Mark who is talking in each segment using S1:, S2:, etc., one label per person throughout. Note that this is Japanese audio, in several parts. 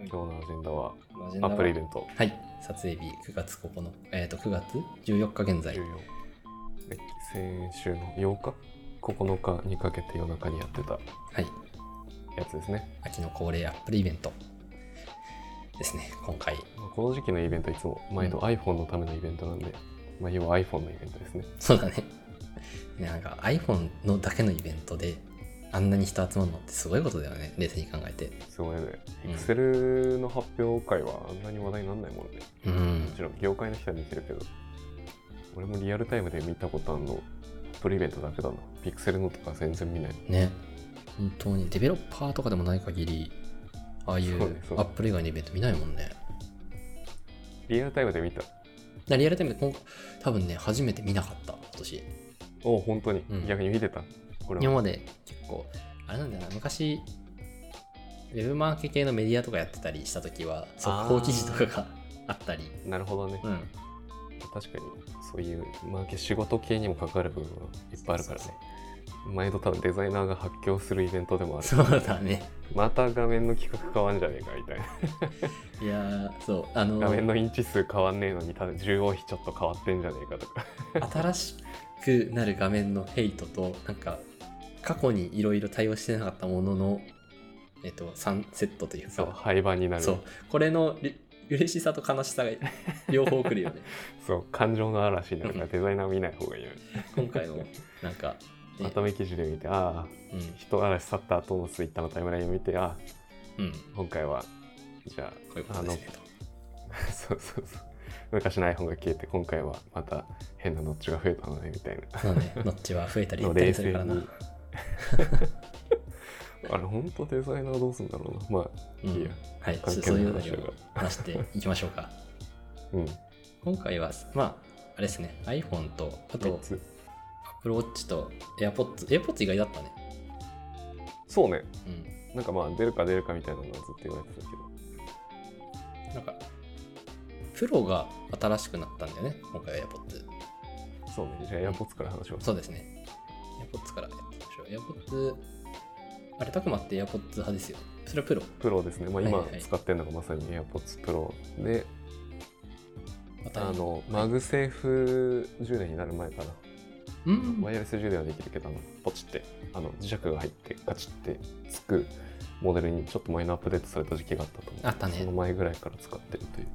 S1: 今日のアジェンダは
S2: マジな
S1: アプリルンと
S2: はい、撮影日9月9日、えっ、と9月14日現在
S1: 14、。え先週の8日 ?9 日にかけて夜中にやってた
S2: はい、
S1: やつですね。
S2: 秋の恒例アップルイベントですね、今回。
S1: まあこの時期のイベントいつも毎度
S2: う
S1: iPhone のためのイベントなんで、まあ、要は iPhone のイベントですね。
S2: そうだね。なんか iPhone のだけのイベントであんなに人集まるのってすごいことだよね、冷静に考えて。
S1: すごいよね。
S2: うん
S1: Excel の発表会はあんなに話題にならないもんね。
S2: う
S1: も
S2: ん
S1: ち、ろん業界の人は見てるけど、俺もリアルタイムで見たことあるの、アプリイベントだけだな。Pixel のとか全然見ない。
S2: ね。本当にデベロッパーとかでもない限り、ああいう
S1: そうねそうね
S2: アップル以外のイベント見ないもんね。
S1: リアルタイムで見た。
S2: なリアルタイムで今多分ね、初めて見なかった、今年。
S1: おお、本当に。
S2: うん
S1: 逆に見てた。俺
S2: 今
S1: は。
S2: まで結構あれなんだよな昔ウェブマーケ系のメディアとかやってたりした時は速報記事とかがあったり
S1: なるほどね。
S2: うん
S1: 確かにそういう、まあ、仕事系にも関わる部分はいっぱいあるからね
S2: そう
S1: 毎度多分デザイナーが発狂するイベントでもある
S2: そうだね
S1: また画面の規格変わんじゃねえかみたいない
S2: やーそうあの
S1: 画面のインチ数変わんねえのにただ重音比ちょっと変わってんじゃねえかとか
S2: 新しくなる画面のヘイトとなんか過去にいろいろ対応してなかったもののえっと3セットという
S1: そう
S2: か
S1: 廃盤になる
S2: そうこれのり嬉しさと悲しさが両方来 るよね
S1: そう感情の嵐になるから
S2: うん
S1: デザイナー見ない方がいいよね
S2: 今回のなんか、
S1: まとめ記事で見てああ
S2: うん
S1: 人嵐去った後のツイッターのタイムラインを見てああ
S2: うんこ
S1: 今回はじゃ
S2: ういうこ
S1: あ
S2: と
S1: あ
S2: で
S1: の
S2: すね と
S1: そうそうそう昔の iPhone が消えて今回はまた変なノッチが増えたのねみたいな
S2: そうね、 ノッチは増えたり減ったりするからな。
S1: 冷 あれ本当デザイナーどうすんだろうなま
S2: うん
S1: いいや
S2: はい、ちょ
S1: 関
S2: っと
S1: 係
S2: そう
S1: ないいう
S2: のり
S1: 話だ
S2: を話していきましょうか。
S1: あうん
S2: 今回は、まあ、あれですね、iPhone と、あと
S1: 三、つ
S2: Apple Watch と AirPods。AirPods 意外だったね。
S1: そうね
S2: うん。
S1: なんかまあ出るか出るかみたいなのはずっと言われてたけど
S2: なんか、プロが新しくなったんだよね、今回は AirPods。
S1: そうねじゃあエアポッツから話します
S2: そうですね。AirPods からやってみましょう。AirPods、あれ、たくまって AirPods 派ですよ。それはプロ。
S1: プロですね、まあ、
S2: は
S1: 今
S2: いはい
S1: 使ってるのがまさに AirPods Pro で、
S2: また
S1: あ、のマグセーフ充電になる前かな、
S2: うん
S1: ワイヤレス充電はできるけどあのポチってあの磁石が入ってガチってつくモデルにちょっと前のアップデートされた時期があったと思う
S2: あったね
S1: その前ぐらいから使ってるという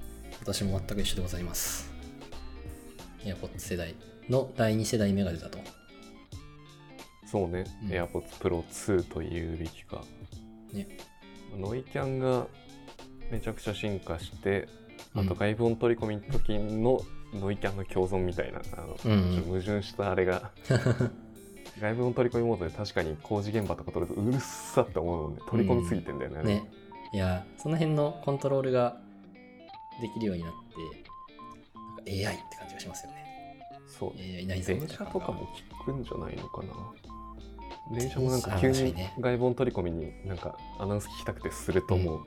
S2: 私も全く一緒でございます。AirPods 世代の第2世代目が出たと。
S1: そうね、
S2: うん
S1: AirPods Pro 2というべきか
S2: ね。
S1: ノイキャンがめちゃくちゃ進化して、あ
S2: う
S1: と
S2: ん
S1: 外部音取り込みの時のノイキャンの共存みたいな、あの
S2: うん
S1: ちょっと矛盾したあれ が外部音取り込みモードで確かに工事現場とか取るとうるっさって思うので取り込みすぎてんだよね,、
S2: ね。いや、その辺のコントロールができるようになって、なんか AI って感じがしますよね。
S1: そう
S2: AI 内蔵
S1: 電車とかも効くんじゃないのかな電車もなんか
S2: あ
S1: 急
S2: 確か
S1: に
S2: にね
S1: 外部音取り込みになんかアナウンス聞きたくてするとも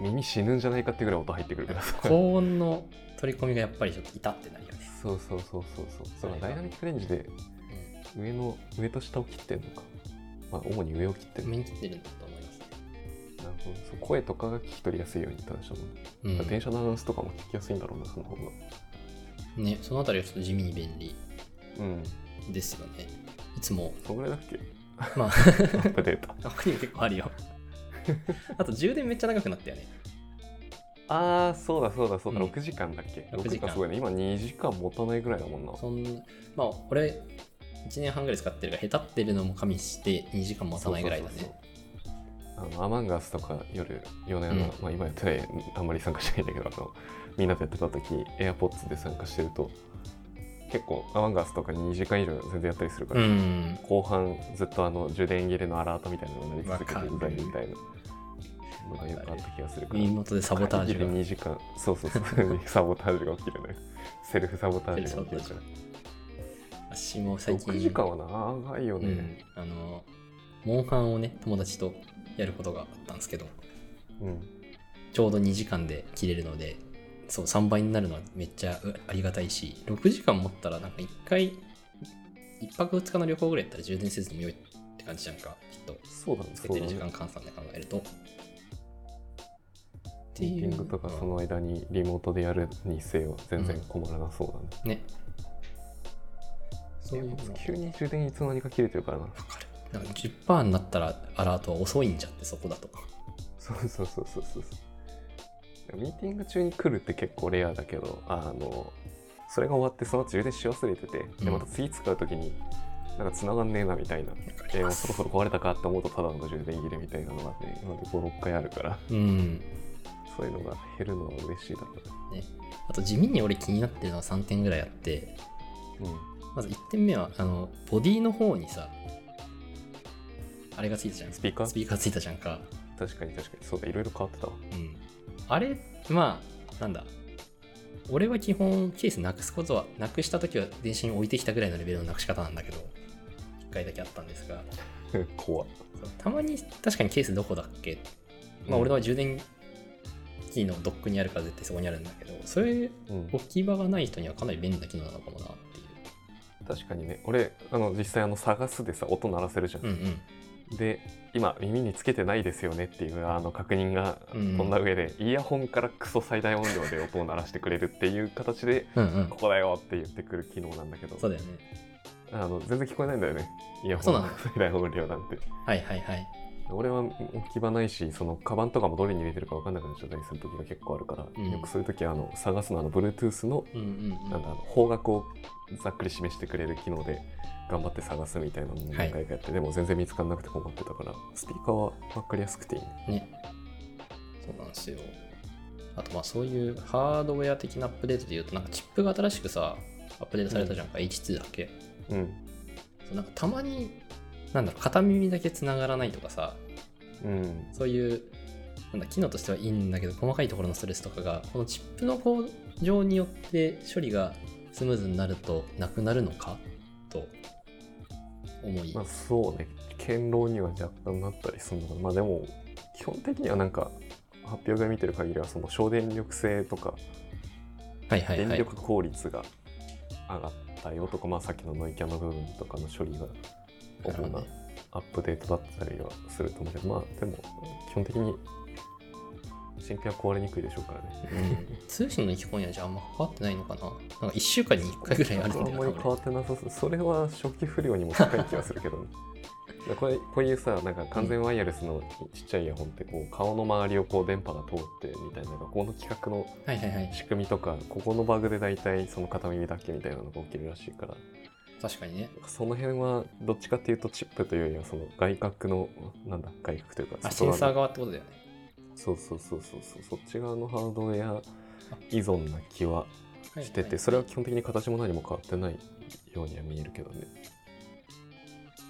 S1: う、耳死ぬんじゃないかってぐらい音入ってくるからさ
S2: 高音の取り込みがやっぱりちょっと痛ってなるよね。
S1: そうそうそうそうそう
S2: そ
S1: そ
S2: れ
S1: の
S2: は
S1: ダイナミックレンジで上の上と下を切ってんのかまあ主に上を切って
S2: うん。
S1: るな
S2: 目
S1: る
S2: に切ってるんだと思いますね。
S1: ほどそう声とかが聞き取りやすいように対しても、
S2: う
S1: だから電
S2: ん、
S1: 車のアナウンスとかも聞きやすいんだろうなその方が
S2: ね、そのあたりはちょっと地味に便利
S1: うん
S2: ですよね。いつも、
S1: そんぐらいだっけ
S2: まあ、
S1: アップデート
S2: 他にも結構あるよ。あと充電めっちゃ長くなったよね。
S1: ああそうだそうだそうだ、
S2: うん
S1: 6時間だっけ
S2: 6
S1: 6
S2: 時
S1: 時
S2: 間
S1: 間すごいね今2時間持たないぐらいだもんな
S2: そんまあ俺1年半ぐらい使ってるから下手ってるのも加味して2時間もたないぐらいだ
S1: そうそう
S2: ね
S1: そうそうあのアマンガスとか夜夜な夜な、
S2: うん
S1: まあ、今やってないあんまり参加してないんだけどあのみんなとやってた時 AirPods で参加してると結構アマンガスとか2時間以上全然やったりするか
S2: う
S1: ら、
S2: ん
S1: 後半ずっとあの充電切れのアラートみたいなのが鳴り続け
S2: わか
S1: て
S2: る
S1: うざいみたいなのがよくあった気がするから
S2: 耳元でサボタージュが
S1: 2時間そうそうそうサボタージュが起きるねセルフサボタージュが起きるから
S2: 私も最近
S1: 6時間は長いよ
S2: う
S1: ね、
S2: ん、あのモンハンをね友達とやることがあったんですけど
S1: うん
S2: ちょうど2時間で切れるのでそう3倍になるのはめっちゃうありがたいし6時間持ったらなんか1回1泊2日の旅行ぐらいやったら充電せずにも良いって感じじゃんかきっと
S1: そうだね
S2: つけ
S1: そう
S2: て
S1: だ
S2: る
S1: ね
S2: 時間換算で考えるとて
S1: ミー
S2: い
S1: テ
S2: う
S1: ィングとかその間にリモートでやるにせよ全然困らなそうだね、
S2: ねそういうの
S1: 急に充電いつの間にか切れてる からな
S2: わかるなんか10%になったらアラートは遅いんじゃってそこだと
S1: そうそうそうそうそうそうミーティング中に来るって結構レアだけどあのそれが終わってその後充電し忘れてて、
S2: う
S1: で
S2: ん
S1: また次使う時になんか繋がんねえなみたいな、えもうそろそろ壊れたかって思うとただの充電切れみたいなのがね今まで56回あるから
S2: うん
S1: そういうのが減るのは嬉しいだろ
S2: ねあと地味に俺気になってるのは3点ぐらいあって
S1: う、うん、
S2: まず1点目はあのボディの方にさあれがついたじゃん
S1: スピーカー
S2: スピーカーついたじゃんか
S1: 確かに確かにそうだいろいろ変わってたわ
S2: うんあれまあなんだ俺は基本ケースなくすことはなくした時は電子に置いてきたぐらいのレベルのなくし方なんだけど1回だけあったんですが
S1: 怖っ
S2: そうたまに確かにケースどこだっけまあ
S1: うん
S2: 俺は充電キーのドックにあるから絶対そこにあるんだけどそれ
S1: うん
S2: 置き場がない人にはかなり便利な機能なのかもなっていう
S1: 確かにね俺あの実際あの探すでさ音鳴らせるじゃん、
S2: うんうん
S1: で今耳につけてないですよねっていうあの確認が
S2: うん
S1: 飛んだ上で、イヤホンからクソ最大音量で音を鳴らしてくれるっていう形で
S2: うんうん
S1: ここだよって言ってくる機能なんだけど
S2: そうだよね
S1: あの全然聞こえないんだよねイヤホ
S2: そう
S1: ン
S2: な
S1: の
S2: の
S1: 最大音量なんて
S2: はいはいはい
S1: 俺は置き場ないしそのカバンとかもどれに入れてるか分かんなくなっちゃったりする時が結構あるから、
S2: うん
S1: よくそういう時はあの探すのはあの Bluetooth の
S2: うんうんう
S1: なん
S2: ん
S1: だあの方角をざっくり示してくれる機能で頑張って探すみたいなのを何回かやって、でも全然見つからなくて困ってたからスピーカーは分かりやすくていいね
S2: ね。そうなんですよ。あとまあそういうハードウェア的なアップデートでいうと、なんかチップが新しくさ、アップデートされたじゃんか、H2 だっけ。
S1: うん
S2: そうなんかたまに、なんだろう、片耳だけ繋がらないとかさ、
S1: うん
S2: そういう、なんだ、機能としてはいいんだけど、細かいところのストレスとかが、このチップの向上によって処理がスムーズになるとなくなるのかと思い、
S1: まあそうね堅牢には若干なったりするのかなまあでも基本的にはなんか発表が見てる限りはその省電力性とか
S2: はいはい
S1: 電
S2: はい。
S1: 力効率が上がったよとか、まあさっきのノイキャンの部分とかの処理が
S2: なる
S1: 主
S2: ほど
S1: な
S2: ね
S1: アップデートだったりはすると思うけどまあでも基本的に新品は壊れにくいでしょうからね
S2: うん通信の基本やじゃあんま関わってないのかななんか1週間に1回ぐらいあるんだよ
S1: あんまり
S2: な
S1: 変わってなさそうそれは初期不良にも近い気がするけど、 ね、だからこれこういうさなんか完全ワイヤレスのちっちゃいイヤホンってこう顔の周りをこう電波が通ってみたいななんかこの企画の
S2: はいはいはい。
S1: 仕組みとかここのバグで大体その片耳だけみたいなのが起きるらしいから
S2: 確かにね。
S1: その辺はどっちかっていうとチップというよりはその外角のなんだ外角というか
S2: あ、
S1: 外
S2: セ
S1: 側
S2: ン
S1: の
S2: サー側ってことだよね。
S1: そうそうそうそうそうそっち側のハードウェア依存な気はしてて、
S2: はいはい
S1: それは基本的に形も何も変わってないようには見えるけどね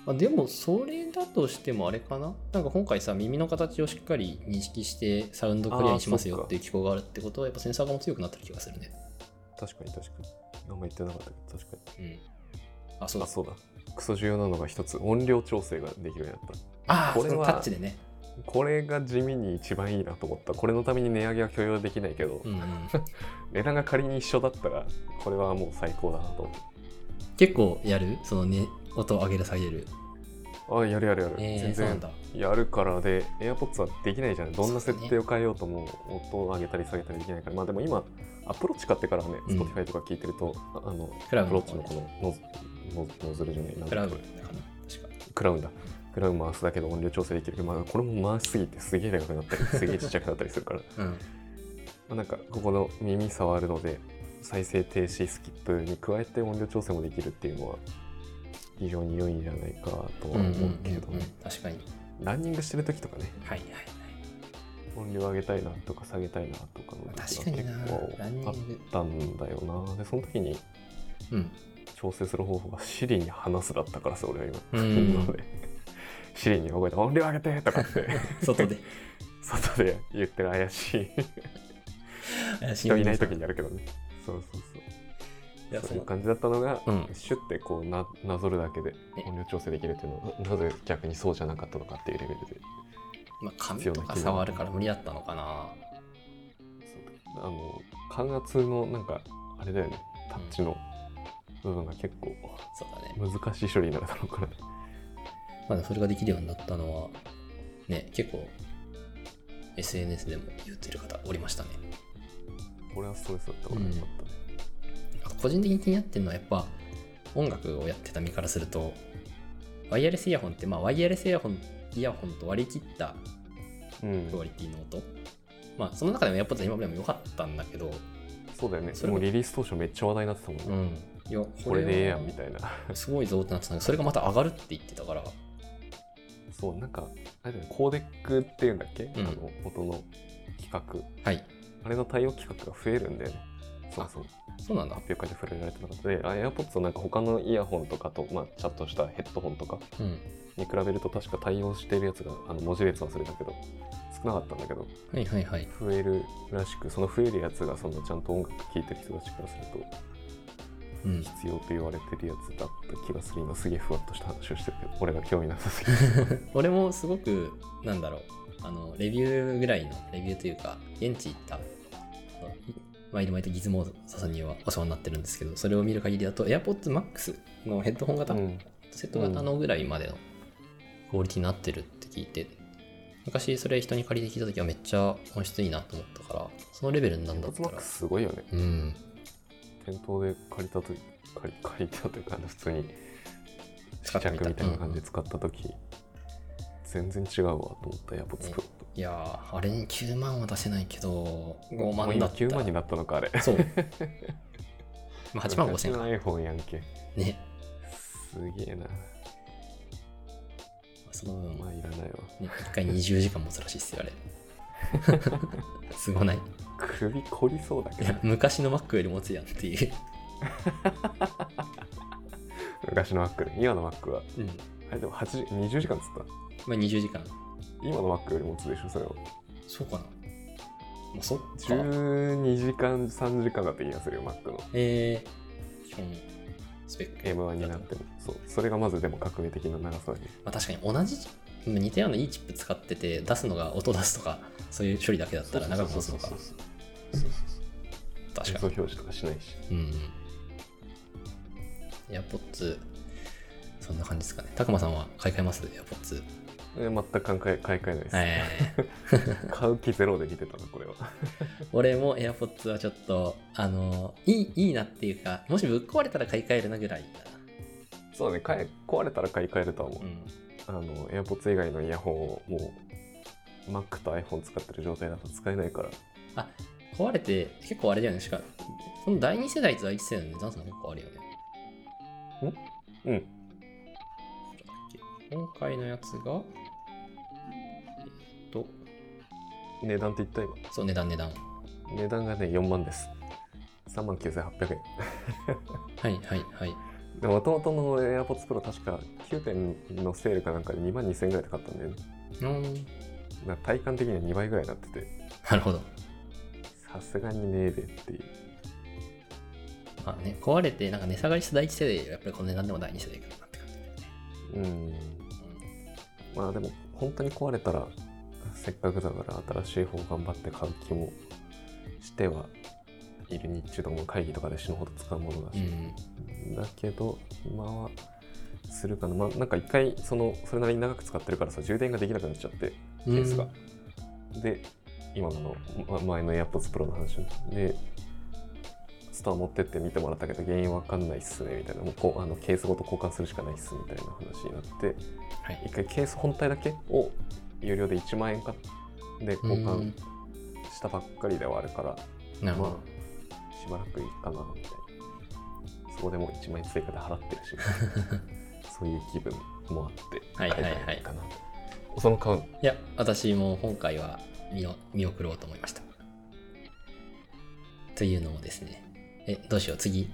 S2: あでも、それだとしてもあれかななんか今回さ、耳の形をしっかり認識してサウンドクリアにします
S1: あー
S2: よ
S1: そっか
S2: っていう機構があるってことは、やっぱセンサー側も強くなった気がするね。
S1: 確かに確かに何も言ってなかったけど確か
S2: うん。あ、そう
S1: にあ
S2: だ。
S1: そうだクソ重要なのが一つ音量調整ができるようになっ
S2: ああ、
S1: これ
S2: その
S1: は
S2: タッチでね。
S1: たこれが地味に一番いいなと思ったこれのために値上げは許容できないけど、
S2: うんうん。
S1: 値段が仮に一緒だったらこれはもう最高だなと思って
S2: 結構やるそのね、音を上げる下げる。
S1: あやるやるやる、
S2: えー、
S1: 全
S2: そうな
S1: 然
S2: んだ。
S1: やるからで AirPods はできないじゃんどんな
S2: そうだね
S1: 設定を変えようとも音を上げたり下げたりできないからまあでも今アプローチ買ってからね
S2: うん
S1: Spotify とか聞いてると、ああのア
S2: クラウン
S1: プ
S2: の
S1: ロ
S2: 方
S1: ーチ
S2: ね
S1: のこのノズノズノズルじゃないなん
S2: クラウ
S1: だ
S2: ンだかな確か。
S1: クラウンだクラウン回すだけで音量調整できるけど、まあ、これも回しすぎてすげえ長くなったりすげえちっちゃくなったりするからま
S2: うん。
S1: あなんかここの耳触るので再生停止スキップに加えて音量調整もできるっていうのは非常に良いんじゃないかとは
S2: うんうん
S1: 思うけどね、
S2: うんうん。確かに。
S1: ランニングしてる時とかね
S2: はいはいはい。
S1: 音量上げたいなとか下げたいなとかの時が
S2: 確かに
S1: 結
S2: な
S1: 構。
S2: ランニ
S1: あっ
S2: ング。
S1: たんだよなでその時に
S2: うん。
S1: 調整する方法が Siri に話すだったからさ俺は今、
S2: う
S1: うん ので Siri に覚えて「音量上げて!」とかって
S2: 外で。
S1: 外で言ってる怪しい
S2: 怪し
S1: 人いない
S2: とき
S1: 時にやるけどねそうそうそう
S2: いや
S1: そ
S2: そう
S1: いうう感じだったのが、
S2: うん
S1: シュッてこうななぞるだけで音量調整できるっていうのはなぜ逆にそうじゃなかったのかっていうレベルで
S2: まあ、髪とか触るから無理だったのかな
S1: あの感圧のなんかあれだよねタッチの部分が結構
S2: そうだね、
S1: 難しい処理になるだろうからね
S2: まあ、それができるようになったのはね結構 SNS でも言ってる方おりましたね
S1: 俺はストレスだったからよかったね、
S2: あと個人的に気になってるのはやっぱ音楽をやってた身からするとワイヤレスイヤホンってまあワイヤレスイヤホンイヤホンと割り切った
S1: うん
S2: クオリティの音、まあその中でも AirPods は今までも良かったんだけど
S1: そうだよね
S2: それ
S1: も
S2: も
S1: うリリース当初めっちゃ話題になってたもんね、
S2: うんいや
S1: これでええや
S2: は
S1: んみたいな
S2: すごいぞってなってたんだけどそれがまた上がるって言ってたから
S1: そうなんかあれだよねコーデックっていうんだっけ、
S2: ん
S1: あの元の企画
S2: はい
S1: あれの対応企画が増えるんだよねそうそう
S2: そうなんだ
S1: 発表会で触れられてなかったであ AirPods はなんか他のイヤホンとかと、まあ、チャットしたヘッドホンとか
S2: うん
S1: に比べると確か対応してるやつがあの文字列忘れたけど少なかったんだけど
S2: はいはいはい
S1: 増えるらしくその増えるやつがそのちゃんと音楽聴いてる人たちからすると
S2: うん
S1: 必要と言われてるやつだった気がする今すげえふわっとした話をしてるけど俺が興味なさすぎる
S2: 俺もすごくなんだろうあのレビューぐらいのレビューというか現地行った毎度毎度ギズモードさんにはお世話になってるんですけどそれを見る限りだと AirPods Max のヘッドホン型、
S1: うん
S2: セット型のぐらいまでのクオリティになってるって聞いて昔それ人に借りて聞いた時はめっちゃ音質いいなと思ったからそのレベルなんだっ
S1: 松
S2: た
S1: マ
S2: ら
S1: ックスすごいよね
S2: うん
S1: 店頭で借りたとき借り借りたというかあの普通に
S2: 使
S1: 試
S2: ってみた
S1: 着みたいな感じで使った時、全然違うわと思った AirPods Pro と。
S2: いやーあれに9万は出せないけど5
S1: もう
S2: 万だ
S1: 今
S2: った
S1: 9
S2: ら
S1: 万になったのかあれ
S2: そうまあ8万5千か
S1: か iPhone やんけ
S2: ね
S1: すげえな
S2: その分、
S1: まあいらないわ
S2: ね、1回20時間持つらしいっすよ、あれ。 すごない。い
S1: 首凝りそうだけど
S2: や、昔の Mac より持つやんっていう。
S1: 昔の Mac ね今の Mac は
S2: うん。
S1: あれでも80 20時間っつった
S2: まあ、20時間。
S1: 今の Mac より持つでしょそれを
S2: そうかな。まあ、そっか。
S1: 12時間3時間だった気がするよ Mac の
S2: えー、基本、スペック。
S1: M1 になってもそうそれがまずでも革命的な長さだね
S2: まあ、確かに同じ、似たようないいチップ使ってて、出すのが音出すとか、そういう処理だけだったら長く持つのか
S1: そう。そうそうそう
S2: 確
S1: 映
S2: か
S1: 像
S2: に。
S1: 表示とかしないし
S2: うん。エアポッツ、そんな感じですかね。たくまさんは買い替えますエアポッツ。
S1: え全く買い替え買い替えないです、
S2: えー。
S1: 買う気ゼロで見てたなこれは
S2: 俺も AirPods はちょっと、あの、いい、いいなっていうか、もしぶっ壊れたら買い替えるなぐらいだな。
S1: そうだね買え壊れたら買い替えるとは思う、
S2: うん。
S1: あの AirPods 以外のイヤホンをもう Mac と iPhone 使ってる状態だと使えないから
S2: あ、壊れて、結構あれだよね。しかも、その第2世代と第1世代の値段差も結構あるよね。
S1: うん
S2: 今回のやつが、えっと、
S1: 値段って言った今
S2: そう、値段値段。は
S1: 値段がね4万です3万9800円
S2: いはいはい。
S1: でもともとの AirPods Pro 確か9点のセールかなんかで2万2000円ぐらいで買ったんだよね
S2: うーん。
S1: なんか体感的には2倍ぐらいになってて
S2: なるほど。
S1: さすがにねえでっていう
S2: まあね、壊れて、なんか値下がりした第1世代はやっぱりこの値段でも第2世代かなって感じだよね。
S1: うんまあでも本当に壊れたらせっかくだから新しい方頑張って買う気もしてはいる日中とかも会議とかで死ぬほど使うものだし、
S2: うん。
S1: だけど今はするかなまあなんか一回そのそれなりに長く使ってるからさ充電ができなくなっちゃってケースが、で今ののま前の AirPods Pro の話でストア持ってって見てもらったけど原因わかんないっすねみたいなもうこうあのケースごと交換するしかないっすみたいな話になって
S2: はい。
S1: 一回ケース本体だけを有料で1万円かで交換したばっかりではあるから、
S2: うんなるほ
S1: ま
S2: ど。
S1: あしばらくいいかなみたいなそこでもう1万円追加で払ってるしそういう気分もあって
S2: はいはいはい
S1: 買えたらかなその買う
S2: いや、私も今回は見よ見送ろうと思いました。というのもですね、え、どうしよう、次、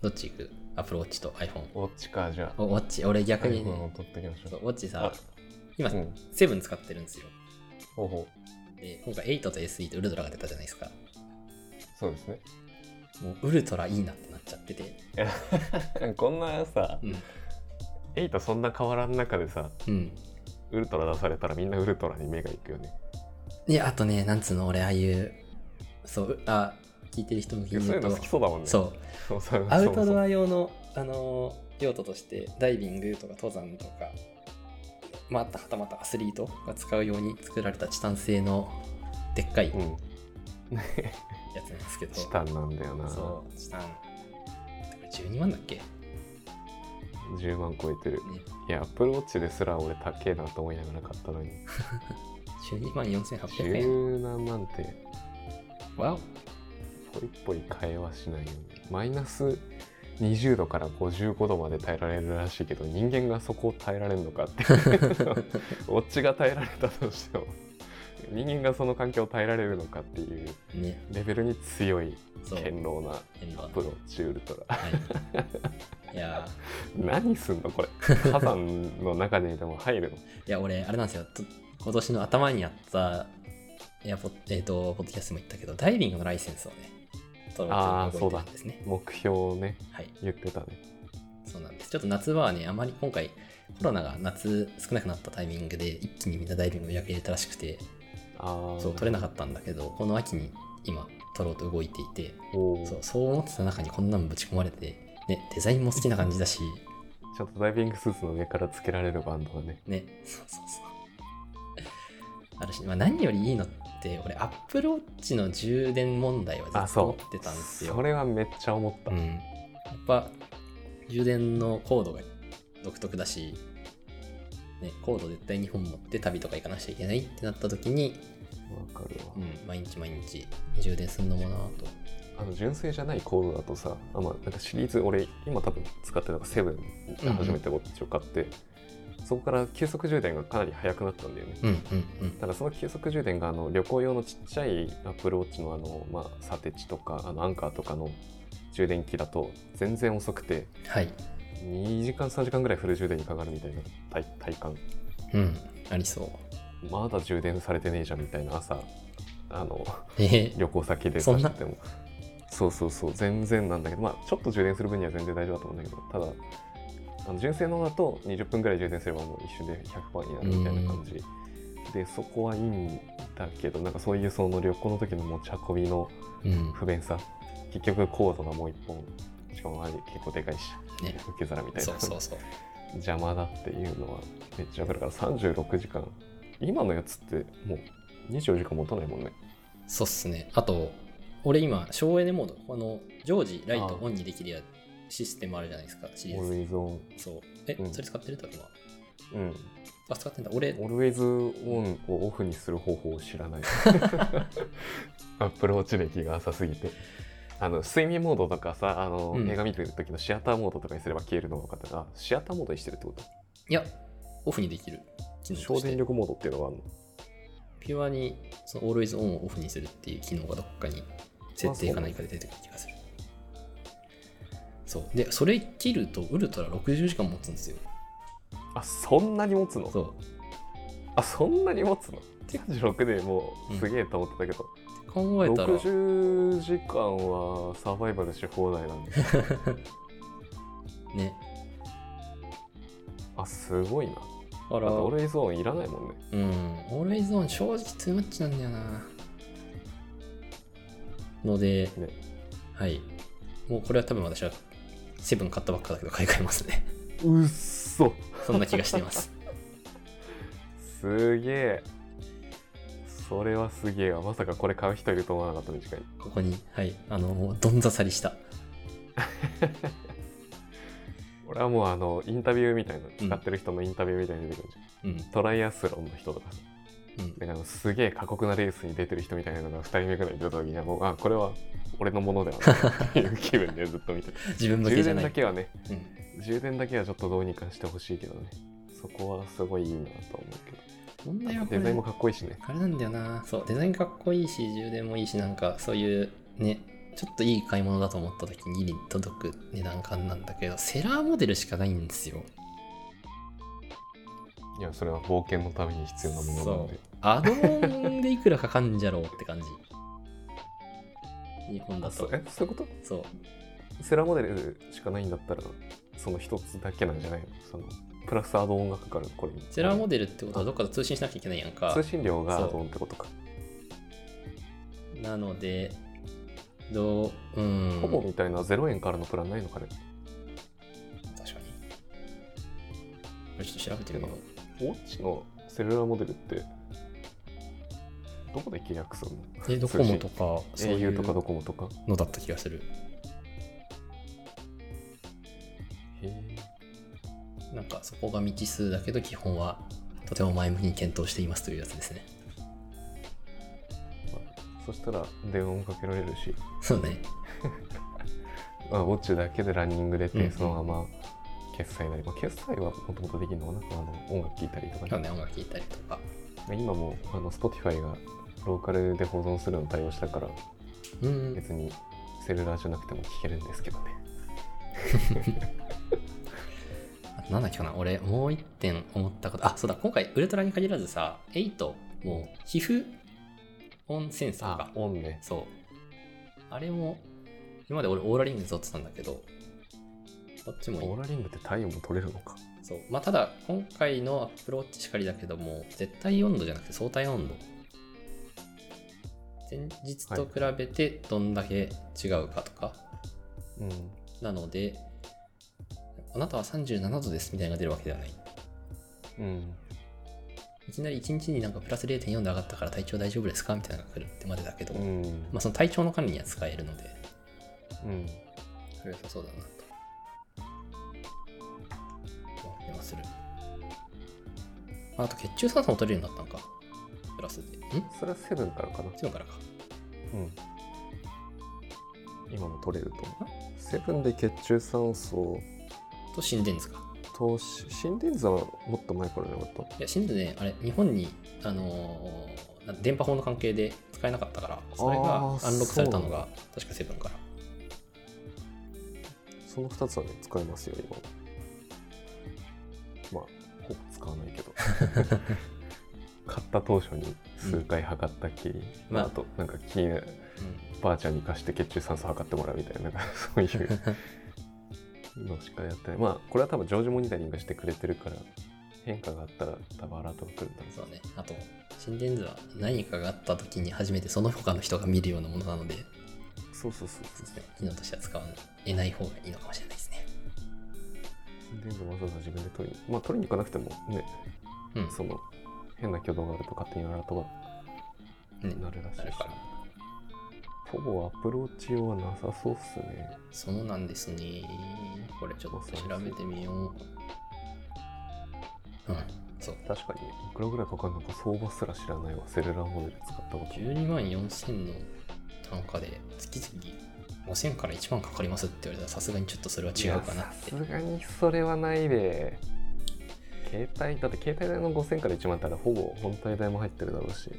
S2: どっち行くアプローチと iPhone。
S1: ウォッチかじゃあ
S2: おウォッチ、俺逆
S1: iPhone
S2: にね
S1: を、取ってきまし
S2: そ
S1: ょ
S2: う
S1: う
S2: ウォッチさ、今、
S1: うん
S2: 7使ってるんですよ。
S1: ほうほ
S2: で、今回8と SE とウルトラが出たじゃないですか。
S1: うそうです ね
S2: もうウルトラいいなってなっちゃってて。
S1: こんなさ
S2: うん。
S1: エイトそんな変わらん中でさ
S2: うん。
S1: ウルトラ出されたらみんなウルトラに目がいくよね
S2: いや、あとね、なんつうの、俺、ああいう、そう、あ、聞いてる人向
S1: い
S2: け
S1: や
S2: に
S1: そうい
S2: 言
S1: う
S2: う
S1: の好、
S2: と
S1: きそうだもんね
S2: そう、
S1: そうそう
S2: アウトドア用の、あのー用途としてダイビングとか登山とかまたはたまたアスリートが使うように作られたチタン製のでっかいや
S1: うん。
S2: つなんですけど、
S1: チタンなんだよな。
S2: そうチタンだから12万だっけ、ね、
S1: 10万超えてる。いや、Apple Watch ですら俺高えなと思いながら買ったのに。
S2: 12万4800円
S1: 十何万って、
S2: わお
S1: ポリポリ会話しないよね。マイナス20度から55度まで耐えられるらしいけど、人間がそこを耐えられるのか って。ウォッチが耐えられたとしても、人間がその環境を耐えられるのかっていう
S2: ね
S1: レベルに強い
S2: そう
S1: 堅牢な
S2: 変だ
S1: プロチウルト ラ
S2: はい、いや
S1: 何すんのこれ火山の中にでも入るの
S2: ーいや俺あれなんですよと今年の頭にやったエアポッ、えー、とポッドキャストも言ったけどダイビングのライセンスをね取ろう
S1: あー
S2: と動いてるんですね
S1: 目標をね
S2: はい
S1: 言ってたね
S2: そうなんですちょっと夏場はねあまり今回コロナが夏少なくなったタイミングで一気にみんなダイビングの予約入れたらしくて
S1: ああ
S2: そう取れなかったんだけどこの秋に今取ろうと動いていて
S1: おー
S2: そうそう思ってた中にこんなんぶち込まれて、ね、デザインも好きな感じだし
S1: ちゃんとダイビングスーツの上からつけられるバンドがね
S2: ねそうそうそうあるし、まあ、何よりいいのって俺アップローチの充電問題はず
S1: あ
S2: っと思
S1: そう
S2: ってたんですよ
S1: それはめっちゃ思った、
S2: うん、やっぱ充電のコードが独特だし、ね、コード絶対2本持って旅とか行かなくちゃいけないってなった時に、
S1: わかるわ、
S2: うん、毎日毎日充電するのもなぁと
S1: あの純正じゃないコードだとさあ、まあ、なんかシリーズ俺今多分使ってるのがセブンで初めてウォッチを買って、そこから急速充電がかなり早くなったんだよね、
S2: うんうんうん
S1: ただその急速充電があの旅行用のちっちゃいアップルウォッチのあの、まあ、サテチとかあのアンカーとかの充電器だと全然遅くて
S2: はい
S1: 2時間3時間ぐらいフル充電にかかるみたいな体体感
S2: うんありそう
S1: まだ充電されてねえじゃんみたいな朝あの
S2: えー
S1: 旅行先で
S2: そん
S1: 走
S2: な
S1: っててもそうそうそう全然なんだけどまあちょっと充電する分には全然大丈夫だと思うんだけどただあの純正のだと20分ぐらい充電すればもう一瞬で100%になるみたいな感じでそこはいいんだけどなんかそういうその旅行の時の持ち運びの
S2: うん
S1: 不便さ結局コードがもう1本しかもあれ結構でかいし
S2: ね
S1: 受け皿みたい
S2: そ
S1: な
S2: うそうそう
S1: 邪魔だっていうのはめっちゃわかるから36時間今のやつってもう24時間持たないもんね
S2: そうっすねあと俺今省エネモードこの常時ライト
S1: あー
S2: オンにできるやシステムあるじゃないですかシリ
S1: オ
S2: ー
S1: ル
S2: ズ
S1: イズオン
S2: そうえ、
S1: うん
S2: それ使ってると今
S1: うん
S2: あ使ってんだ俺
S1: オルウェイズオンをオフにする方法を知ら ない。アップルウォッチ歴が浅すぎて。あの睡眠モードとかさあの、
S2: うん
S1: 映画見てる時のシアターモードとかにすれば消えるのが分かったあシアターモードにしてるってこ
S2: いや、オフにできる機
S1: と
S2: 能と
S1: 省
S2: し
S1: 電
S2: て、
S1: 力モードっていうのはあるの
S2: ピュアにその Always On をオフにするっていう機能がどっかに設定か何かで出てくる気がする。そう。で、それ切るとウルトラ60時間持つんですよ。
S1: あそんなに持つの
S2: そ
S1: あそんなに持つの ?36 でもうすげえと思ってたけど、
S2: う。考えたら、
S1: 60時間はサバイバルし放題なんで
S2: ね。
S1: あすごいな
S2: あ
S1: だ
S2: ら、
S1: ってオ
S2: う
S1: ルウェイズオンいらないもんね
S2: ん。Always On 正直 too much なんだよな。ので、
S1: ね
S2: はい。もうこれは多分私はセブン買ったばっかだけど買い替えますね。
S1: うっそ
S2: そんな気がしています。
S1: すげえそれはすげえわまさかこれ買う人いると思わなかった短い
S2: ここに、はい。あの、もうどんざさりした。
S1: 俺はもうあのインタビューみたいな
S2: うん
S1: 使ってる人のインタビューみたいに出てくるじゃん、
S2: うん。
S1: トライアスロンの人とかさ
S2: うん
S1: なんかあのすげえ過酷なレースに出てる人みたいなのが2人目ぐらいに出た時にはもうあこれは俺のものではないっていう気分でずっと見 てる
S2: 自分向け
S1: 充
S2: じゃ
S1: 電
S2: な
S1: だ
S2: い。
S1: けはね
S2: うん
S1: 充電だけはちょっとどうにかしてほしいけどねそこはすごいいいなと思うけ
S2: 問題
S1: ど
S2: は
S1: あ
S2: ことれ
S1: デザインもかっこいいしね
S2: あれなんだよな。そう、デザインかっこいいし、充電もいいし、なんかそういうね、ちょっといい買い物だと思った時にギリ届く値段感なんだけど、セラーモデルしかないんですよ。
S1: いやそれは冒険のために必要なものなんで
S2: アドオンでいくらかかんじゃろうって感じ。日本だ
S1: あそ
S2: と
S1: う。えそういうこと
S2: そう。
S1: セラーモデルしかないんだったらその一つだけなんじゃないのそのプラスアドオンがかかるこれに
S2: セラーモデルってことはどっかと通信しなきゃいけないやんか
S1: 通。信料がアドオンってことか、
S2: なので、どう、うん。
S1: ほぼみたいな0円からのプランないのかね
S2: 確かに。これちょっと調べてみよう。
S1: ウォッチのセルラーモデルってどこで契約するの
S2: えドコモとかそうい
S1: ?au
S2: う
S1: とかドコモとか。
S2: のだった気がする
S1: へえ。
S2: なんかそこが未知数だけど基本はとても前向きに検討していますというやつですね
S1: まあそしたら電話もかけられるし、
S2: そうね
S1: まあ、ウォッチだけでランニング出
S2: うんう
S1: て
S2: ん
S1: そのまま決済なり、まあ、決済はもともとできるのかなあの音楽聴いたりとかね
S2: 今日ね音楽聴いたりとか
S1: 今もあの Spotify がローカルで保存するの対応したから
S2: うん
S1: 別にセルラーじゃなくても聴けるんですけどね
S2: あとなんだっけかな俺もう一点思ったことあそうだ今回ウルトラに限らずさ8も皮膚音センサーが
S1: オンね
S2: そうあれも今まで俺オーラリングズ取ってたんだけどどっちもいい
S1: オーラリングって体温も取れるのか
S2: そうまあただ今回のアップローチしかりだけども絶対温度じゃなくて相対温度前日と比べてどんだけ違うかとか、
S1: うん
S2: なのであなたは37度ですみたいなのが出るわけではない
S1: うん
S2: いきなり1日になんかプラス0.4で上がったから体調大丈夫ですかみたいなのが来るってまでだけど、
S1: うん
S2: まあその体調の管理には使えるので
S1: うん
S2: それは良さそうだなと思ってまするああと血中酸素も取れるようになったのかプラスでん
S1: それはセブンからかな
S2: 違うからか
S1: うん今も取れると思うセブンで血中酸素
S2: と心電図か
S1: とし心電図はもっと前からじゃなかった
S2: いや心電図ねあれ日本にあのーな電波法の関係で使えなかったからそれが
S1: あ
S2: アンロ
S1: ー
S2: ックされたの
S1: そうな
S2: が確かセブンから
S1: その2つはね使えますよ今まあほぼ使わないけ ど買った当初に数回測ったっきり、
S2: うん
S1: ま
S2: ま
S1: あ、
S2: あ
S1: あとなんか金ばあちゃんに貸して血中酸素測ってもらうみたいななん かそういうのしかやってないまあこれは多分常時モニタリングしてくれてるから変化があったら多分アラートが来るんだろ
S2: そうねあと心電図は何かがあった時に初めてその他の人が見るようなものなので
S1: うそうそうそうそう
S2: 機能としては使わない方がいいのかもしれないですね
S1: 心電図わざわざ自分で取りにまあ取りに行かなくてもね
S2: うん
S1: その変な挙動があると勝手にアラートが
S2: ね
S1: なるらしい
S2: なる
S1: し
S2: から
S1: ほぼアプローチ用はなさそうっすね
S2: そうなんですね。これちょっと調べてみよう。うん、そう。
S1: 確かにねいくらぐらいかかるのか相場すら知らないわセルラーモデル使ったこと
S2: 12万4000の単価で月々5000から1万かかりますって言われたらさすがにちょっとそれは違うかなって
S1: い。やさすがにそれはないで携帯だって携帯代の5000から1万ってあれほぼ本体代も入ってるだろうし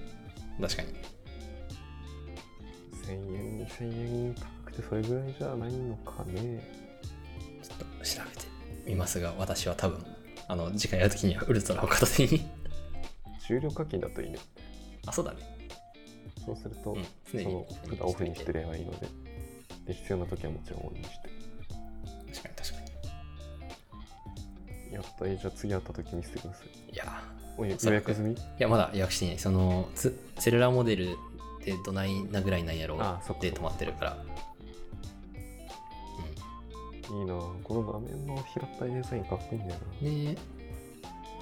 S2: 確かに。
S1: 1000円2000円高くてそれぐらいじゃないのかね
S2: ちょっと調べてみますが、私は多分、あの、次回やるときにはウルトラを片手に。
S1: 終了課金だといいね
S2: あ、そうだね。
S1: そうすると、
S2: うん、常
S1: そ
S2: に
S1: の普段オフにして
S2: る。
S1: ればいいのでで必要な時はもちろんオンにして
S2: 確かに確か
S1: やったえじゃあ次会った時見せてください
S2: に。いや
S1: お予
S2: そう
S1: 予約済み
S2: いや、まだ予約してない。その、つセルラーモデルでどないなぐらいなんやろう
S1: あそっか
S2: で止まってるから。
S1: いいなあこの画面の平たいデザインかっこいいんだよ
S2: う
S1: な。
S2: ん、ね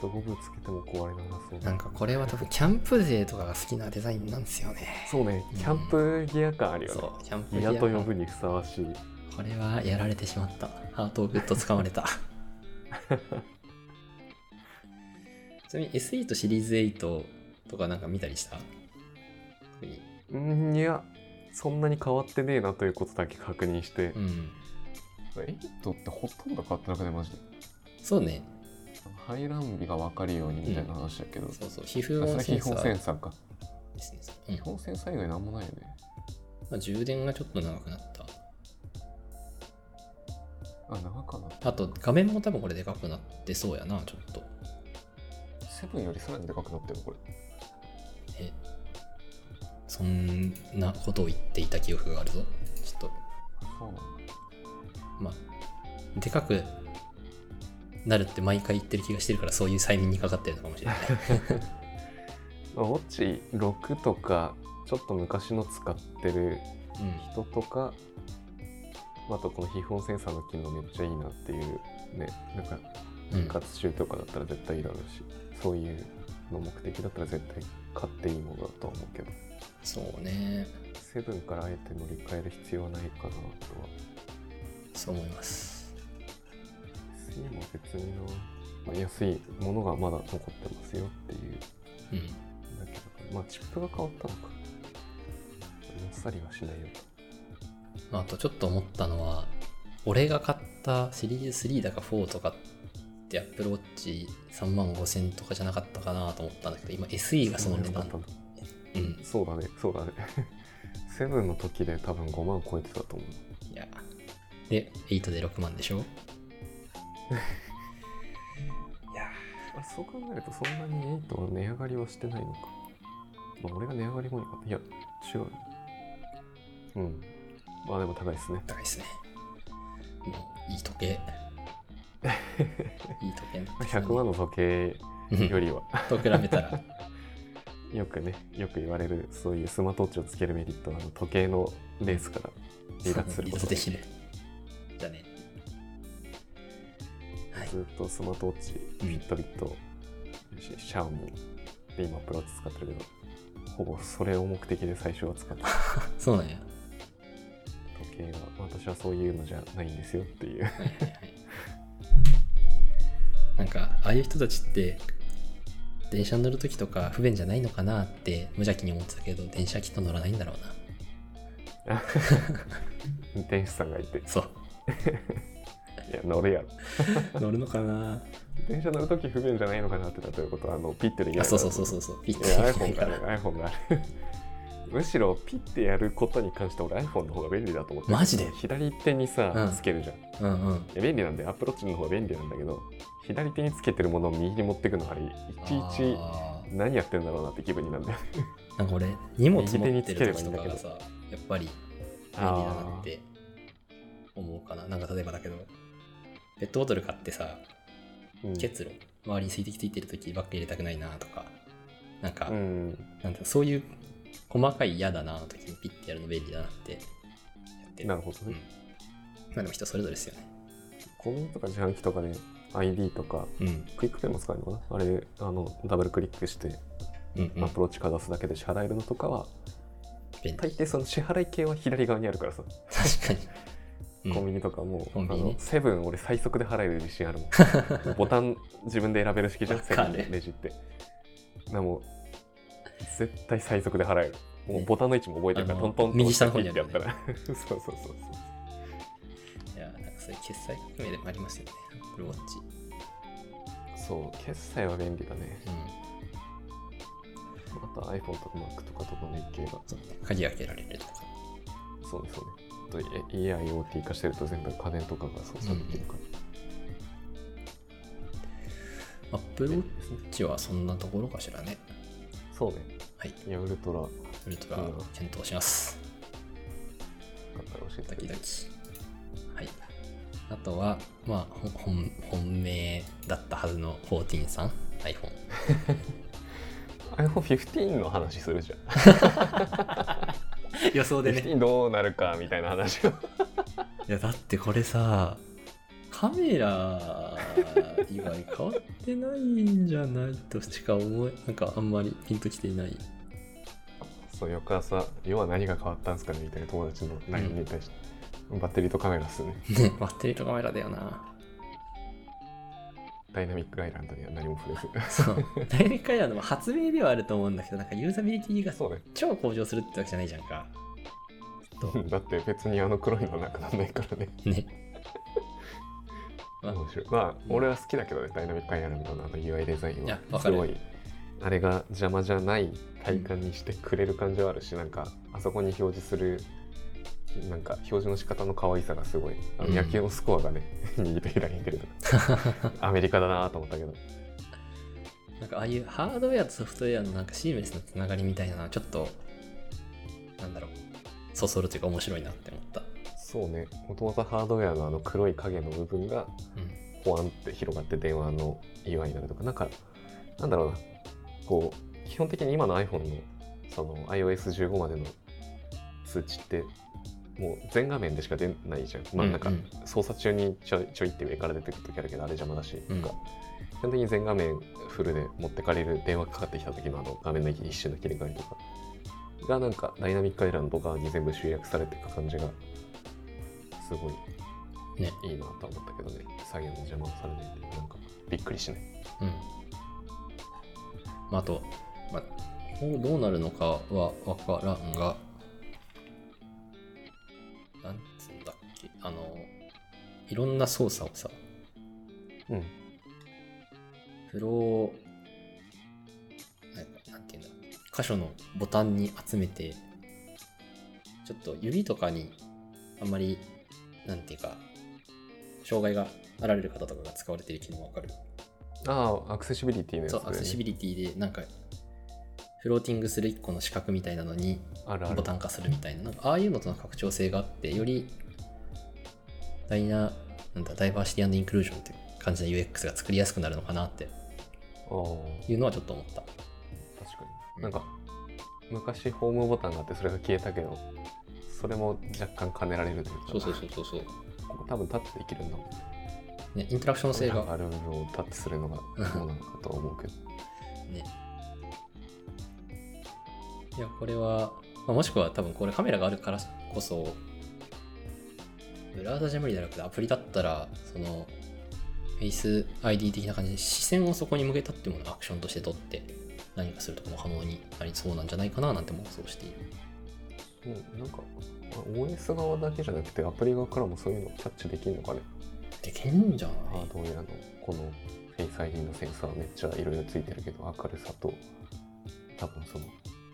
S1: どこぶつけても壊れなさそう。
S2: なんかこれは多分キャンプ勢とかが好きなデザインなんですよね。
S1: そうね、キャンプギア感あるよね。
S2: そう、キャンプ
S1: ギア
S2: 勢
S1: と呼ぶにふさわしい。
S2: これはやられてしまった。ハートをグッと掴ま れた。ちなみに SE とシリーズ8とかなんか見たりした特に
S1: うん、いや、そんなに変わってねえなということだけ確認して
S2: う。ん。
S1: エイトってほとんど変わってなくて、マジで。
S2: そうね。
S1: 排卵日が分かるように
S2: みたいな
S1: 話だけど
S2: そうそう。皮膚音センサー
S1: サーか。
S2: ですね。うん
S1: 本センサー以外なんもないよね。
S2: まあ、充電がちょっと長くなった。
S1: あ、長かな。
S2: あと、画面も多分これでかくなってそうやな、ちょっと。
S1: セブンよりさらにでかくなってるの、これ。
S2: え、そんなことを言っていた記憶があるぞ。ちょっと、
S1: そうなんだ。
S2: まあ、でかくなるって毎回言ってる気がしてるから、そういう催眠にかかってるのかも しれない。
S1: まあウォッチ6とか、ちょっと昔の使ってる
S2: うん。
S1: 人とかあとこの皮膚温センサーの機能めっちゃいいなっていうねなんか
S2: うん
S1: 活中とかだったら絶対いいだろうし、そういうの目的だったら絶対買っていいものだとは思うけど
S2: そうね
S1: セブンからあえて乗り換える必要はないかなとは
S2: そう思います
S1: 安いも別にな、まあ安いものがまだ残ってますよっていう
S2: うん
S1: だけどまあチップが変わったのかもっさりはしないよ
S2: まああとちょっと思ったのは俺が買ったシリーズ3だか4とかってアップルウォッチ3万5000とかじゃなかったかなと思ったんだけど今 SE が
S1: と
S2: その値
S1: だっ
S2: 段
S1: たんだ
S2: うん
S1: そうだねそうだね セブンの時で多分5万超えてたと思う
S2: いや。で、8で6万でしょ
S1: あそう考えるとそんなに8は値上がりはしてないのか。まあ俺が値上がり後に買った。いや、違う。うん。まあでも高いですね。
S2: 高いですね。もう、いい時計。いい時計
S1: まあ100万の時計よ
S2: り。
S1: りは、
S2: と比べたら、
S1: よくね、よく言われる、そういうスマートウォッチをつけるメリットは、あの時計のレースから離脱すること
S2: そう
S1: で
S2: で
S1: ず
S2: きる。じゃね。はい。
S1: っとスマートウォッチ、フィットビット、シャオミ、で今プローチ使ってるけど、ほぼそれを目的で最初は使ってた
S2: そうなんや。
S1: 時計は、私はそういうのじゃないんですよっていう。
S2: はいはいはい。なんか、ああいう人たちって、電車に乗るときとか不便じゃないのかなって無邪気に思ってたけど、電車きっと乗らないんだろうな。
S1: 運転手さんがいて、い
S2: そう。
S1: や、乗れや。
S2: 乗るのかな
S1: 電車乗るとき不便じゃないのかなって例えばことあのピッてできない
S2: あそうそう
S1: う
S2: そうそうそう。ピッてやらない
S1: iPhone が
S2: か ら。
S1: ある iPhone があるむしろピッてやることに関して俺 iPhone の方が便利だと思ってる
S2: マジで
S1: 左手にさ、
S2: うん
S1: つけるじゃんい
S2: うんうん。
S1: や便利なんでアップローチの方が便利なんだけど左手につけてるものを右に持ってくのあれいちいち
S2: あー
S1: 何やってんだろうなって気分になるんだよね
S2: なんか俺、荷物持って
S1: 右手につけれ
S2: る
S1: ばい
S2: 時
S1: いん
S2: と
S1: だ
S2: か
S1: けど
S2: がさ、やっぱり便利だなって思うかな。なんか例えばだけど、ペットボトル買ってさ、
S1: うん
S2: 結露、周りに水滴ついてる時バッグ入れたくないなとか、なんか、
S1: うん
S2: なんていうのそういう細かい嫌だなの時にピッてやるの便利だなってやって
S1: なるほど
S2: うん
S1: ね、
S2: まあでも人それぞれですよね。
S1: コンビニとか自販機とかで ID とか
S2: うん。
S1: クイックペイも使えるのかなあれあのダブルクリックして
S2: うん、う
S1: ア
S2: ん
S1: プ。ローチかざすだけで支払えるのとかは、
S2: 便利。
S1: 大抵その支払い系は左側にあるからさ
S2: 確かに。
S1: コン
S2: うん
S1: ビニとかもう、
S2: コンビ
S1: あ
S2: ニね
S1: のセブン俺最速で払える自信あるもん ボタン自分で選べる式じゃん
S2: わ
S1: セ
S2: か
S1: ブ
S2: る
S1: ンレジってでも絶対最速で払えるもう
S2: ね
S1: ボタンの位置も覚えてるから、
S2: あ
S1: ト
S2: の
S1: ントンと
S2: 右下の方に
S1: ピッてやった
S2: あ
S1: ら そうそうそうそう
S2: いや、なんかそういう決済革命でもありますよね。Apple Watch。
S1: そう決済は便利だね
S2: うん。
S1: あと iPhone とか Mac とかとの連携が
S2: そうね。鍵開けられるとか。
S1: そうねそうねあとえ家 IoT 化してると全部家電とかが操作できるから、
S2: Apple
S1: 便利ですね
S2: Watch はそんなところかしらね。
S1: そうね
S2: はい。
S1: いやウルトラ
S2: ウルトラ検討します。
S1: 買ったら教えて
S2: ド
S1: く
S2: キ
S1: れ
S2: ドキ。はい。あとは、まあ、ほ本本命だったはずの14さん、iPhone。
S1: iPhone15 の話するじゃん
S2: 予想でね。
S1: 15どうなるかみたいな話を
S2: いや、だってこれさ、カメラ以外変わってないんじゃないとしか思え、 なんかあんまりピンときていない。
S1: そう翌朝要は何が変わったんですかねみたいな友達の LINE に対して、バッテリーとカメラっすね
S2: ね、バッテリーとカメラだよな。
S1: ダイナミックアイランドには何も触れず
S2: そう。ダイナミックアイランドも発明ではあると思うんだけど、なんかユーザビリティ が
S1: そうね
S2: 超向上するってわけじゃないじゃんか。
S1: うんだって別にあの黒いのはなくならないからね
S2: ね。まあ
S1: 面白いまあ俺は好きだけどねダイナミックアイランドのあの UI デザイン
S2: い
S1: は
S2: やわか
S1: す
S2: る
S1: ごいあれが邪魔じゃない体感にしてくれる感じはあるし、なんかあそこに表示するなんか表示の仕方の可愛さがすごいあ
S2: うん
S1: の野球のスコアがね、 右と左に出るとか アメリカだなと思ったけど
S2: なんかああいうハードウェアとソフトウェアのなんかシームレスなつながりみたいなのはちょっと、なんだろう、そそるというか面白いなって思った。
S1: そうねもともとハードウェアのあの黒い影の部分が
S2: うん。
S1: ほわんって広がって電話の UI になるとかなんかなんだろうなこう基本的に今の iPhone のその iOS15 までの通知ってもう全画面でしか出ないじゃん、まあ、なんか
S2: うん
S1: 操作中にちょいちょいって上から出てくる時あるけどあれ邪魔だしとか、基本的に全画面フルで持ってかれる電話かかってきた時のあの画面の一瞬の切り替えとかがなんかダイナミックアイランド側に全部集約されていく感じがすごい
S2: ね
S1: いいなとは思ったけどね作業の邪魔をされないっていうなんかびっくりしない
S2: うんまあ、あと、まあ、今後どうなるのかは分からんが、なんつうんだっけ、あの、いろんな操作をさ、
S1: うん
S2: フロー、なんなんていうんだ、箇所のボタンに集めて、ちょっと指とかにあんまり、なんていうか、障害があられる方とかが使われてる機能わかる
S1: ああアクセシビリティのやつ
S2: そ
S1: だよ、
S2: う
S1: ね、
S2: アクセシビリティでなんかフローティングする1個の四角みたいなのに
S1: あるあ
S2: ボ
S1: る
S2: タン化するみたいななんかああいうのとの拡張性があってよりダイナなんだダイバーシティインクルージョンっていう感じの UX が作りやすくなるのかなって
S1: あー
S2: いうのはちょっと思った
S1: 確か
S2: うん
S1: になんか昔ホームボタンがあってそれが消えたけどそれも若干兼ねられるというか
S2: そうそうそうそうそう、
S1: ここ多分タッチできるんだもん
S2: ね、インタラクション性が
S1: ある部分をタッチするのがどうなのかとは思うけど
S2: ねいやこれは、まあ、もしくは多分これカメラがあるからこそブラウザじゃ無理じゃなくてアプリだったらそのフェイス ID 的な感じで視線をそこに向けたっていうものをアクションとして取って何かするとかも可能になりそうなんじゃないかななんて妄想している
S1: うんなんかあ OS 側だけじゃなくてアプリ側からもそういうのキャッチできるのかね
S2: できんじゃない
S1: ハードウェアのこのフェイス ID のセンサーめっちゃいろいろついてるけど明るさと多分その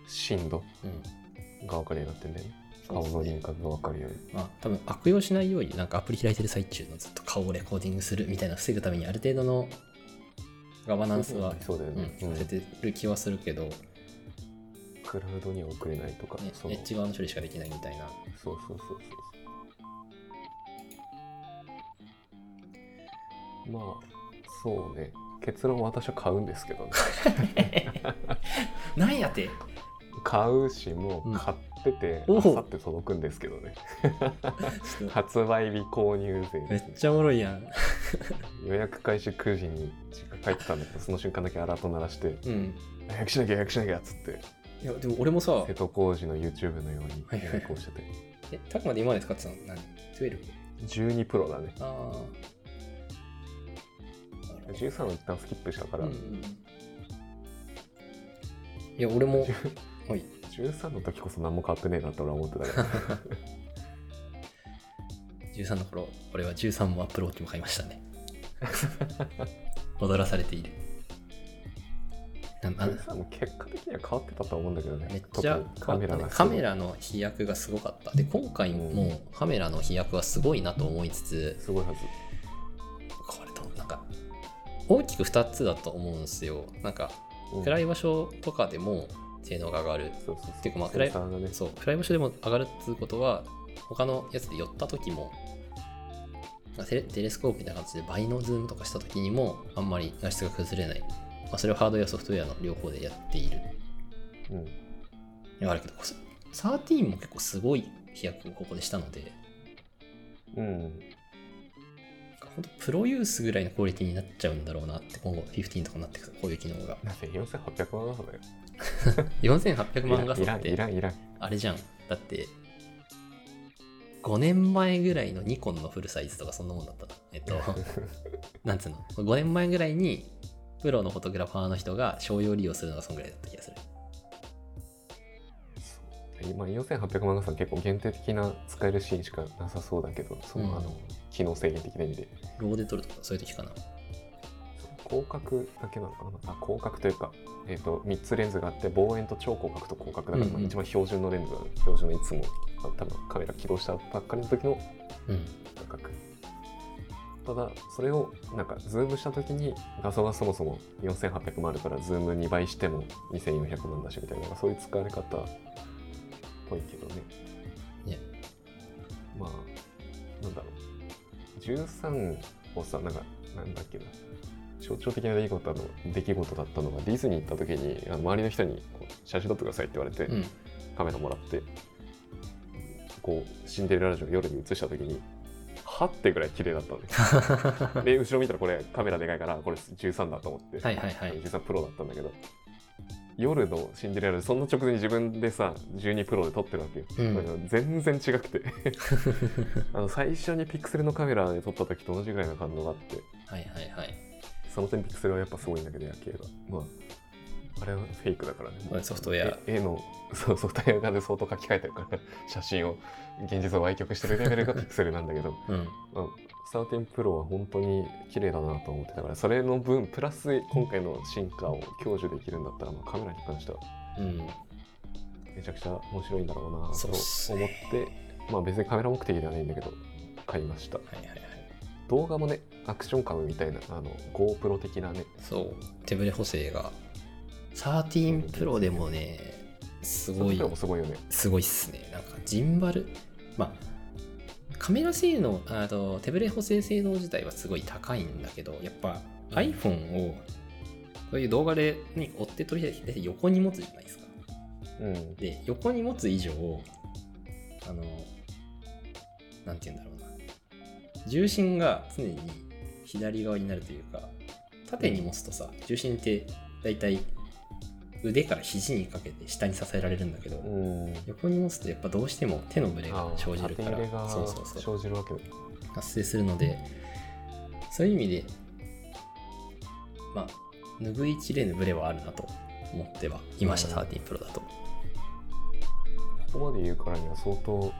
S1: 深度
S2: うん
S1: が分かるようになってんだよね
S2: そ
S1: 顔
S2: うです
S1: の
S2: ね
S1: 輪郭が分かるように
S2: まあ、多分悪用しないようになんかアプリ開いてる最中のずっと顔をレコーディングするみたいなのを防ぐためにある程度のガバナンスは
S1: そうだよ
S2: うん
S1: ね、
S2: さ
S1: うん
S2: れてる気はするけど、ね、
S1: クラウドには送れないとか、
S2: エ
S1: その
S2: ッジ側の処理しかできないみたいな。
S1: そうそうそうそうまあそうね結論私は買うんですけ どね
S2: なんやて
S1: 買うしも
S2: う
S1: うん買ってて、
S2: おお
S1: あさって届くんですけどね発売日購入税
S2: め
S1: ですね
S2: っちゃおもろいやん。
S1: 予約開始9時に実家帰ってたんだけどその瞬間だけアラート鳴らして
S2: うん。
S1: 「予約しなきゃ予約しなきゃ」っつって
S2: いや、でも俺もさ
S1: 瀬、戸康史の YouTube のように
S2: はいはい
S1: 予約をしてて
S2: え、たくまで今まで使ってたの何 ?12?
S1: 12プロだね
S2: ああ。
S1: 13を一旦スキップしたか
S2: う
S1: ら、
S2: ん。いや、俺も、 はい。
S1: 13の時こそ何も変わってねえなって俺は思ってたから
S2: 13の頃、俺は13もアップローチも買いました ね。踊らされている。なんあ
S1: さも結果的には変わってたと思うんだけどね。
S2: めっちゃ
S1: 特に
S2: カ
S1: カ
S2: メ
S1: メ
S2: ラ,、
S1: ラがす
S2: カ
S1: ごい
S2: メラの飛躍がすごかったで今回もカメラの飛躍はすごいなと思いつつ
S1: すごいはず。
S2: これとなんか大きく2つだと思うんですよなんか
S1: うん
S2: 暗い場所とかでも性能が上がる
S1: そうそうそう。
S2: てかまあ暗い
S1: センサーがね
S2: そう暗い場所でも上がるっていうことは他のやつで寄った時もなんかテレテレスコープみたいな感じで倍のズームとかした時にもあんまり画質が崩れない、まあ、それをハードウェアソフトウェアの両方でやっている
S1: うん。
S2: あるけどこそ13も結構すごい飛躍をここでしたので
S1: うん。
S2: 本当プロユースぐらいのクオリティになっちゃうんだろうなって今後15とかになってくるこういう機能が
S1: なぜ4800万画素だよ。
S2: 4800万画素
S1: いら
S2: っ
S1: ん、い
S2: て
S1: らん、いらん。
S2: あれじゃんだって5年前ぐらいのニコンのフルサイズとかそんなもんだったなえっと なんつうの5年前ぐらいにプロのフォトグラファーの人が商用利用するのがそんぐらいだった気がする
S1: 今4800万画素は結構限定的な使えるシーンしかなさそうだけど、その、
S2: うん
S1: あの、機能制限的な意味で。
S2: ローで撮るとかそういう時かな
S1: 広角だけなのかなあ広角というか、えー、と3つレンズがあって望遠と超広角と広角だから、
S2: うんうん
S1: まあ一番標準のレンズが標準のいつもあ多分カメラ起動したばっかりの時の
S2: うん
S1: 価格ただそれをなんかズームした時に画像がそもそも4800万あるからズーム2倍しても2400万だしみたいなそういう使われ方っぽいけどね
S2: ね
S1: まあなんだろう13をさなんかなんだっけな象徴的な出来事の出来事だったのがディズニー行った時にあの周りの人にこう写真撮ってくださいって言われて、
S2: うん
S1: カメラもらってこうシンデレラ城を夜に映した時に「はってぐらい綺麗だったんです で後ろ見たらこれカメラでかいからこれ13だと思って、
S2: はいはいはい
S1: 13プロだったんだけど夜のシンデレラでそんな直前に自分でさ12プロで撮ってるわけよ、
S2: うん
S1: だけど全然違 くてあの最初にピクセルのカメラで撮った時と同じぐらいの感動があって
S2: はいはいはい
S1: その点ピクセルはやっぱすごいんだけど夜景がまああれはフェイクだからね
S2: まあソフトウェア
S1: え絵の そうソフトウェア側で相当書き換えてるから 写真を現実を歪曲してるレベルがピ クセルなんだけど
S2: うん
S1: うん、13プロは本当に綺麗だなと思ってたからそれの分プラス今回の進化を享受できるんだったら、まあ、カメラに関しては
S2: うん
S1: めちゃくちゃ面白いんだろうなと
S2: そうっ
S1: 思
S2: す
S1: っ
S2: ね
S1: てまあ別にカメラ目的ではないんだけど買いました
S2: はいはいはい
S1: 動画もねアクションカムみたいなあの GoPro 的なね
S2: そう手ブレ補正が13プロでもねす
S1: そうい
S2: ご
S1: う
S2: い
S1: のもすごいよね
S2: すごいっすねなんかジンバルまあカメラ性能あと手ブレ補正性能自体はすごい高いんだけどやっぱ iPhone をそういう動画で何か追って取り出して横に持つじゃないですか
S1: うん
S2: で横に持つ以上あのなんて言うんだろうな重心が常に左側になるというか縦に持つとさ重心って大体腕から肘にかけて下に支えられるんだけど、
S1: うん
S2: 横に持つとやっぱどうしても手のブレが
S1: あー
S2: 生じる
S1: 縦
S2: か
S1: 入れ
S2: ら
S1: が
S2: そうそうそう
S1: 生じるわけだ
S2: 発生するのでそういう意味でまあ拭いきれぬブレはあるなと思ってはいました13プロだと、
S1: ここまで言うからには相当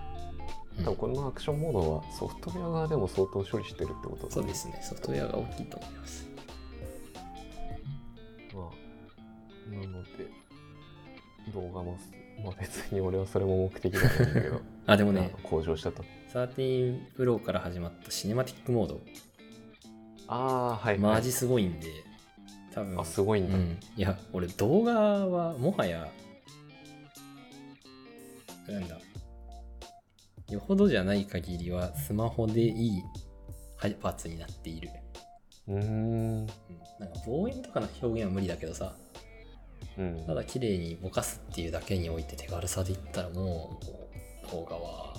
S2: うん
S1: 多分このアクションモードはソフトウェア側でも相当処理してるってことだね
S2: そうですね、ソフトウェアが大きいと思 います。
S1: まあ、なので、動画もす、まあ、別に俺はそれも目的じゃないんだけど、
S2: あ、で も
S1: なん
S2: ね
S1: か、向上したと。
S2: 13プロから始まったシネマティックモード、
S1: ああ、はい、はい。
S2: マジすごいんで、多分
S1: あ、すごいん
S2: う
S1: だ。
S2: ん、いや、俺、動画はもはや、なんだ、よほどじゃない限りは、スマホでいいはいパーツになっている。
S1: うーん。
S2: うんなんか望遠とかの表現は無理だけどさ、
S1: うん。
S2: ただ綺麗にぼかすっていうだけにおいて手軽さで言ったらもう動画は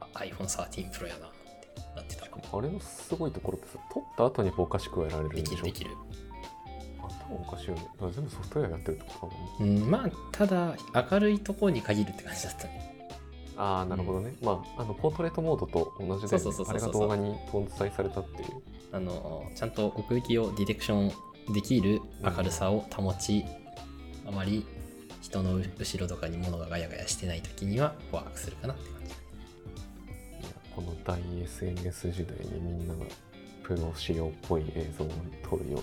S2: あ iPhone13 Pro やなってなってたかも
S1: あれのすごいところってさ、撮った後にぼかし加えられるん
S2: で
S1: でし
S2: き
S1: ょ
S2: るできる、
S1: あ頭おかしいよね。だから全部ソフトウェアやってるってことだもんね。
S2: うん、まあただ明るいところに限るって感じだったね
S1: ああ、なるほどね。まあ、あの、ポートレートモードと同じで、
S2: そうそうそうそうそう
S1: あれが動画に搭載されたっていう。
S2: あのちゃんと奥行きをディレクションできる明るさを保ち、あまり人の後ろとかに物がガヤガヤしてない時にはワークするかなって感じ
S1: いやこの大 SNS 時代にみんながプロ仕様っぽい映像を撮るよ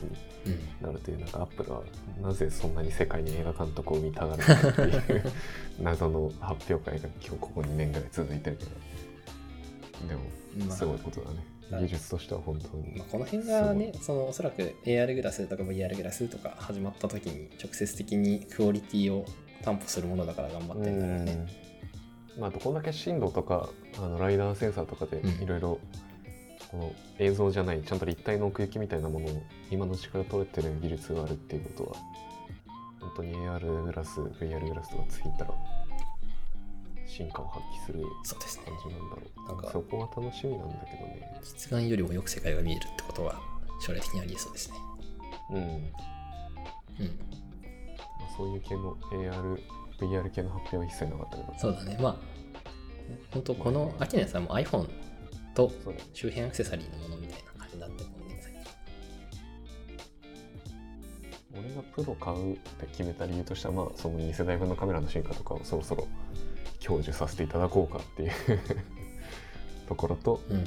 S1: うに
S2: うん
S1: なるというなんかアップルはなぜそんなに世界に映画監督を見たがるのかっていう謎の発表会が今日ここ2年ぐらい続いてるけどでも
S2: まあ
S1: すごいことだね、
S2: まあ
S1: 技術としては本当に
S2: まあ、この辺がねそのおそらく AR グラスとか VR グラスとか始まった時に直接的にクオリティを担保するものだから頑張ってるんだろうね
S1: うんまああとこんだけ振動とかあのライダーセンサーとかで
S2: うん
S1: いろいろこの映像じゃないちゃんと立体の奥行きみたいなものを今のうちから取れてる技術があるっていうことは本当に AR グラス VR グラスとかついたら進化を発揮する
S2: そうですね
S1: 感じなんだろう
S2: なんか
S1: そこは楽しみなんだけどね
S2: 実眼よりもよく世界が見えるってことは将来的にありえそうですね
S1: うん、
S2: うん
S1: まあ、そういう系の ARVR 系の発表は一切なかったけど
S2: そうだねまあ本当このアキネさんも iPhone と
S1: そうだね
S2: 周辺アクセサリーのものみたいな感じになってるもんね最近
S1: 俺がプロ買うって決めた理由としてはまあその2世代分のカメラの進化とかをそろそろ享受させていただこうかっていう ところと、
S2: うん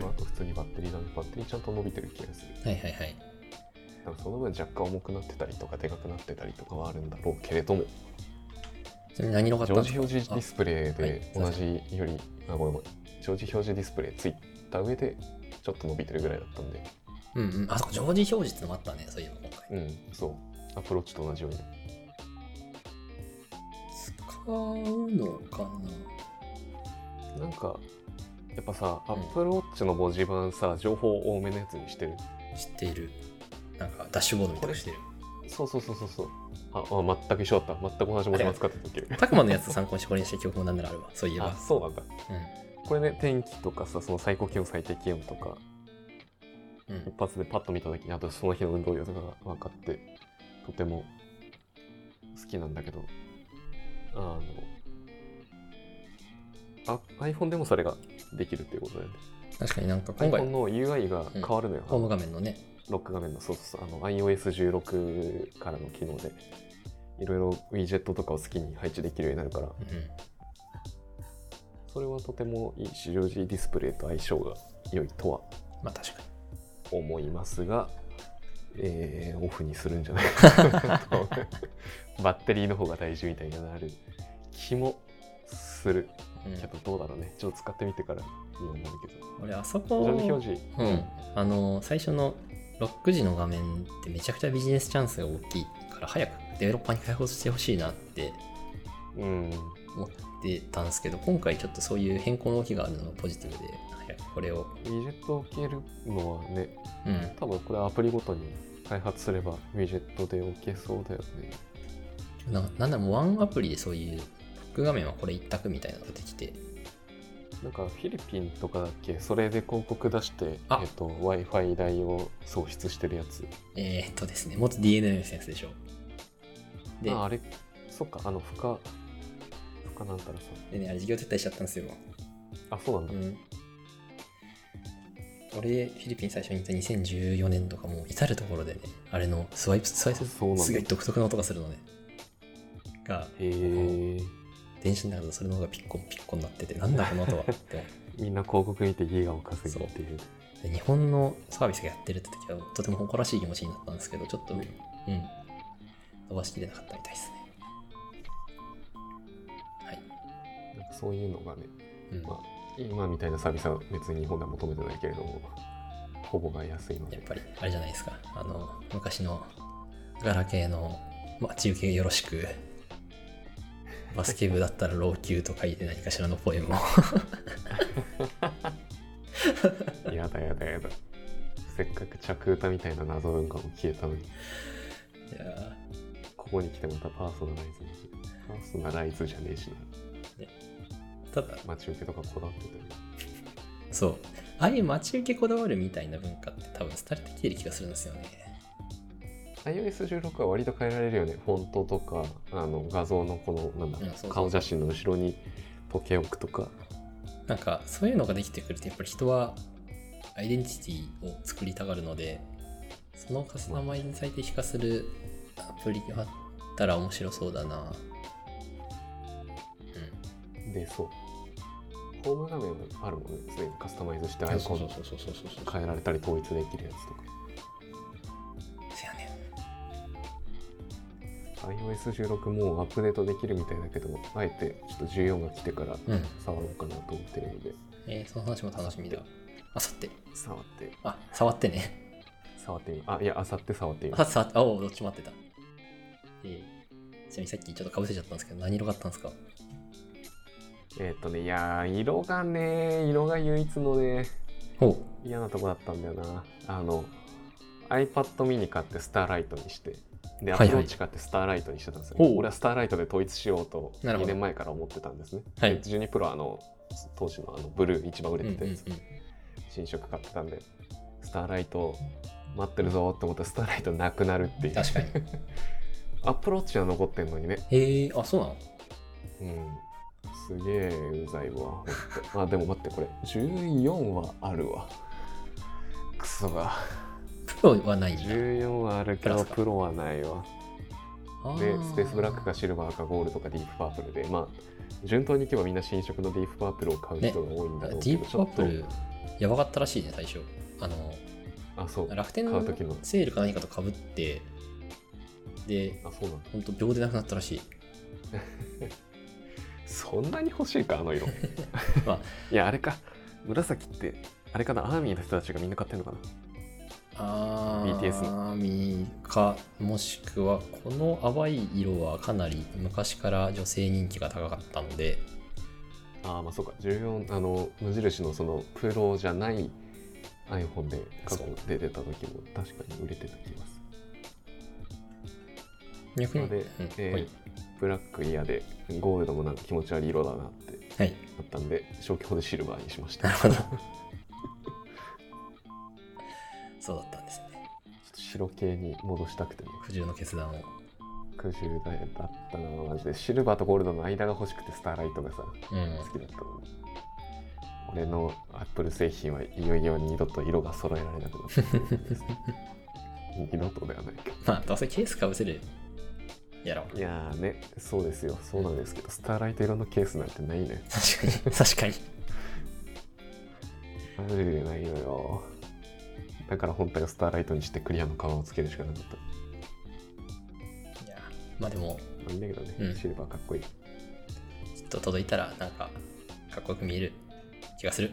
S1: まあ、あと普通にバッテリーだねバッテリーちゃんと伸びてる気がする
S2: はいはいはい
S1: だからその分若干重くなってたりとかでかくなってたりとかはあるんだろうけれども
S2: ちなみに何色買っ
S1: 常
S2: たんです
S1: 時
S2: か
S1: 表示ディスプレイ
S2: あは
S1: で
S2: い
S1: 同じよりあごめんごめん常時表示ディスプレイついた上でちょっと伸びてるぐらいだったんで
S2: うんうんあそこ常時表示ってのもあったねそういえば今回
S1: うんそうアプローチと同じように
S2: 使うのかな
S1: なんかやっぱさ
S2: う
S1: ア
S2: ん
S1: ップルウォッチの文字盤さ情報多めのやつにしてる
S2: 知っているなんかダッシュボードみたいなのしてる
S1: そうそうそうそうそうああ全く一緒だった全く同じ文字盤使ってたっけ
S2: タクマのやつ参考にしてこれにした記憶もなんならあるわそういえば
S1: あそうなんだ
S2: うん
S1: これね天気とかさその最高気温最低気温とか
S2: うん
S1: 一発でパッと見た時にあとその日の運動量とかが分かってとても好きなんだけどあのあ iPhone でもそれができるっていうことだよね
S2: 確かになんか今
S1: iPhone
S2: 回
S1: の UI が変わるのよ、
S2: ホーム画面のね
S1: ロック画面のそうそうそうあの iOS16 からの機能でいろいろウィジェットとかを好きに配置できるようになるから
S2: う
S1: それはとてもいいし 4G ディスプレイと相性が良いとは
S2: んまあ確かに
S1: 思いますが、えーオフにするんじゃないかなとバッテリーの方が大事みたいになる気もする
S2: うん
S1: けどどうだろうねちょっと使ってみてからにはなるけど
S2: 俺あそ
S1: 徐
S2: こ
S1: 々に表示
S2: うん、あの最初のロック時の画面ってめちゃくちゃビジネスチャンスが大きいから早くデベロッパーに開放してほしいなって
S1: うん
S2: 思ってたんですけど今回ちょっとそういう変更の動きがあるのがポジティブで早くこれを、
S1: ウィジェットを消えるのはね
S2: うん、
S1: 多分これアプリごとに開発すればウィジェットで置けそうだよね
S2: ななんだろうワンアプリでそういうロック画面はこれ一択みたいなのができて
S1: なんかフィリピンとかだっけそれで広告出して、えっ
S2: あ
S1: と w i f i 代を創出してるやつ
S2: えー、っとですね元 DNA の先生でしょで
S1: ああれそっかあの負荷負荷なんたらさ
S2: でねあれ事業撤退しちゃったんですよ
S1: あそうなんだ、
S2: うん、俺フィリピン最初に行った2014年とかもう至る所でねあれのスワイプスワイプ
S1: そうなんだ
S2: すごい独特の音がするのねが
S1: へえ
S2: 電車の中でそれの方がピッコンピッコンなっててなんだこの音はって思 って
S1: みんな広告見て家がおかせるっていう
S2: で日本のサービスがやってるって時はとても誇らしい気持ちになったんですけどちょっとうん伸ばしきれなかったみたいですねはい、
S1: なんかそういうのがね、
S2: うん
S1: まあ、今みたいなサービスは別に日本では求めてないけれどもほぼが安いの
S2: やっ
S1: で
S2: ぱりあれじゃないですかあの昔のガラケーの待ち受けよろしくバスケ部だったら老朽と書いて何かしらのポエムを
S1: やだやだやだせっかく着歌みたいな謎文化も消えたのに
S2: いや
S1: ここに来てまたパーソナライズにパーソナライズじゃねえしな
S2: ーただ
S1: 待ち受けとかこだわってたよね
S2: そうああいう待ち受けこだわるみたいな文化って多分廃れてきてる気がするんですよね
S1: iOS16 は割と変えられるよねフォントとかあの画像のこのなんだ、
S2: うんそうそう
S1: 顔写真の後ろに時計置くとか
S2: なんかそういうのができてくるとやっぱり人はアイデンティティを作りたがるのでそのカスタマイズ最適化するアプリがあったら面白そうだなうん
S1: でそうホーム画面もあるもんね常にカスタマイズしてアイコン
S2: そうそうそうそうそう
S1: 変えられたり統一できるやつとか
S2: せやね
S1: iOS16 もうアップデートできるみたいだけどあえてちょっと14が来てから
S2: うん
S1: 触ろうかなと思ってるので
S2: えーその話も楽しみだあさって
S1: 触って
S2: あ触ってね
S1: 触ってみあいやあさって触ってみ
S2: あさって触ってあおうどっちも合ってたえーちなみにさっきちょっとかぶせちゃったんですけど何色があったんですか
S1: えーっ、とねいやー色がね色が唯一のね
S2: ほ
S1: 嫌なとこだったんだよなあの iPad mini 買ってスターライトにしてで、
S2: はいはい
S1: アプローチ買ってスターライトにしてたんですよ
S2: ほう
S1: 俺はスターライトで統一しようと
S2: なるほ
S1: 2
S2: ど
S1: 年前から思ってたんですね、
S2: はい
S1: で12プロあの当時のあのブルー一番売
S2: う
S1: れ
S2: うん
S1: て
S2: うん
S1: た
S2: う
S1: や
S2: ん
S1: つ、新色買ってたんでスターライト待ってるぞと思ったらスターライトなくなるっていう
S2: 確かに
S1: アプローチは残ってんのにね
S2: へえあそうなの
S1: うんすげえうざいわほんとあでも待ってこれ14はあるわクソが
S2: プロはないんだ
S1: 14はあるけ
S2: プラ
S1: ど
S2: スか
S1: プロはないわ
S2: あ
S1: でスペースブラックかシルバーかゴールドかディープパープルでまあ順当にいけばみんな新色のディープパープルを買う人が多いんだ
S2: デ
S1: ろうけ
S2: ィ
S1: ど、
S2: ープ
S1: ち
S2: パ
S1: ょ
S2: ー
S1: っ
S2: プ
S1: と
S2: ルやばかったらしいね最初あの
S1: あそうあ
S2: 楽天の
S1: 買う時の
S2: セールか何かとかぶってで
S1: そうなんだ
S2: ほんと秒でなくなったらしい
S1: そんなに欲しいかあの色
S2: まあ
S1: いやあれか紫ってあれかなアーミーの人たちがみんな買ってんのかな
S2: あー
S1: BTS
S2: みかもしくはこの淡い色はかなり昔から女性人気が高かったので
S1: ああまあそうか14あの無印のそのプロじゃない iPhone で過去
S2: そう
S1: で出た時も確かに売れてた気がする
S2: 逆に、
S1: ので
S2: うん
S1: えー
S2: はい
S1: ブラック嫌でゴールドもなんか気持ち悪い色だなって
S2: はい。
S1: なったんで消去法でシルバーにしました
S2: なるほど。そうだったんですね。
S1: ちょっと白系に戻したくてね
S2: 苦渋の決断を。
S1: 60代だったなマジでシルバーとゴールドの間が欲しくてスターライトがさ
S2: うん
S1: 好。きだったのに俺のアップル製品はいよいよ二度と色が揃えられなくなったっていう ですね二度とではないけ
S2: まあ、どうせケースかぶせるやろう
S1: ど。いやーねそうですよそうなんですけどスターライト色のケースなんてないね
S2: 確かに。確かに。
S1: マジでないのよだから本体をスターライトにしてクリアの革をつけるしかなかった
S2: いや、まあでも、
S1: まあいいんだけどね、
S2: うん
S1: シルバーかっこいい
S2: きっと届いたら、なんか、かっこよく見える気がす る。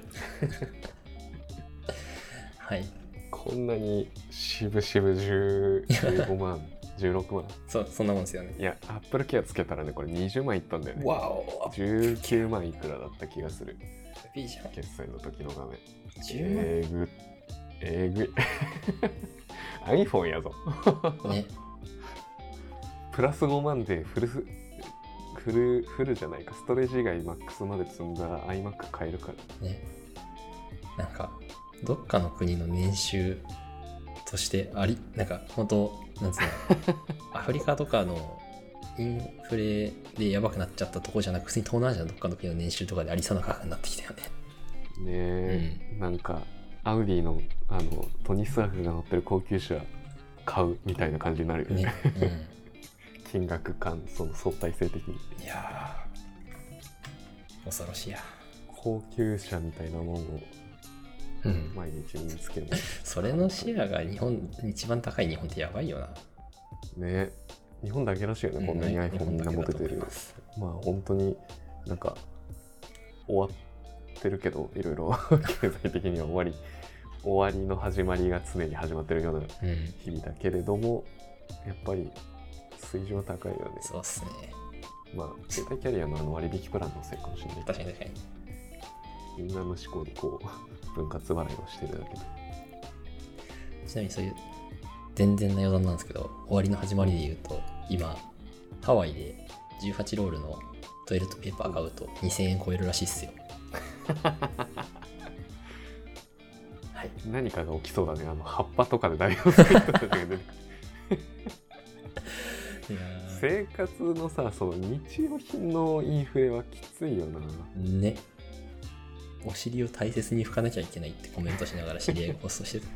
S2: はい。
S1: こんなに渋々10 15万16万
S2: そ、そんなもんですよね。
S1: いやアップルケアつけたらねこれ20万いったんだよね
S2: わお
S1: 19万いくらだった気がする
S2: いいじゃん。
S1: 決済の時の画面
S2: 10万
S1: えぐえぐい iPhone やぞ
S2: ね、
S1: プラス5万でフルスフルフルじゃないかストレージ以外マックスまで積んだら iMac 買えるから
S2: ね。なんか、どっかの国の年収としてあり、なんか、本当なん つうの、アフリカとかのインフレでやばくなっちゃったとこじゃなく、普通に東南アジアのどっかの国の年収とかでありそうな価格になってきたよね。
S1: ねえ、なんかアウディのあのトニスアフが乗ってる高級車買うみたいな感じになるよね
S2: ね。
S1: 金額感その相対性的に
S2: うん、いやー、恐ろしいや。
S1: 高級車みたいなものを
S2: うん。
S1: 毎日身につけるね
S2: それのシェアが日本、一番高い日本ってやばいよな。
S1: ね日本だけらしいよねこんなに
S2: う
S1: iPhone みんな持てて
S2: 日本だけだと思い
S1: る
S2: ます
S1: まあ本当になんか終わってるけどいろいろ 経済的には終わり終わりの始まりが常に始まってるような
S2: うん。
S1: 日々だけれどもやっぱり水準は高いよね
S2: そうっすね。
S1: まあ携帯キャリアのあの割引プランのせいかもしれないけ
S2: 確
S1: ど
S2: かに確かに。
S1: みんなの思考でこう分割払いをしてるだけで
S2: ちなみにそういう全然な余談なんですけど終わりの始まりで言うと今ハワイで18ロールのトイレットペーパー買うと2000円超えるらしいっすよはい
S1: 何かが起きそうだねあの葉っぱとかで代表する人たちが出てくる生活のさその日用品のインフレはきついよな
S2: ねお尻を大切に拭かなきゃいけないってコメントしながら知り合いが ポストしてた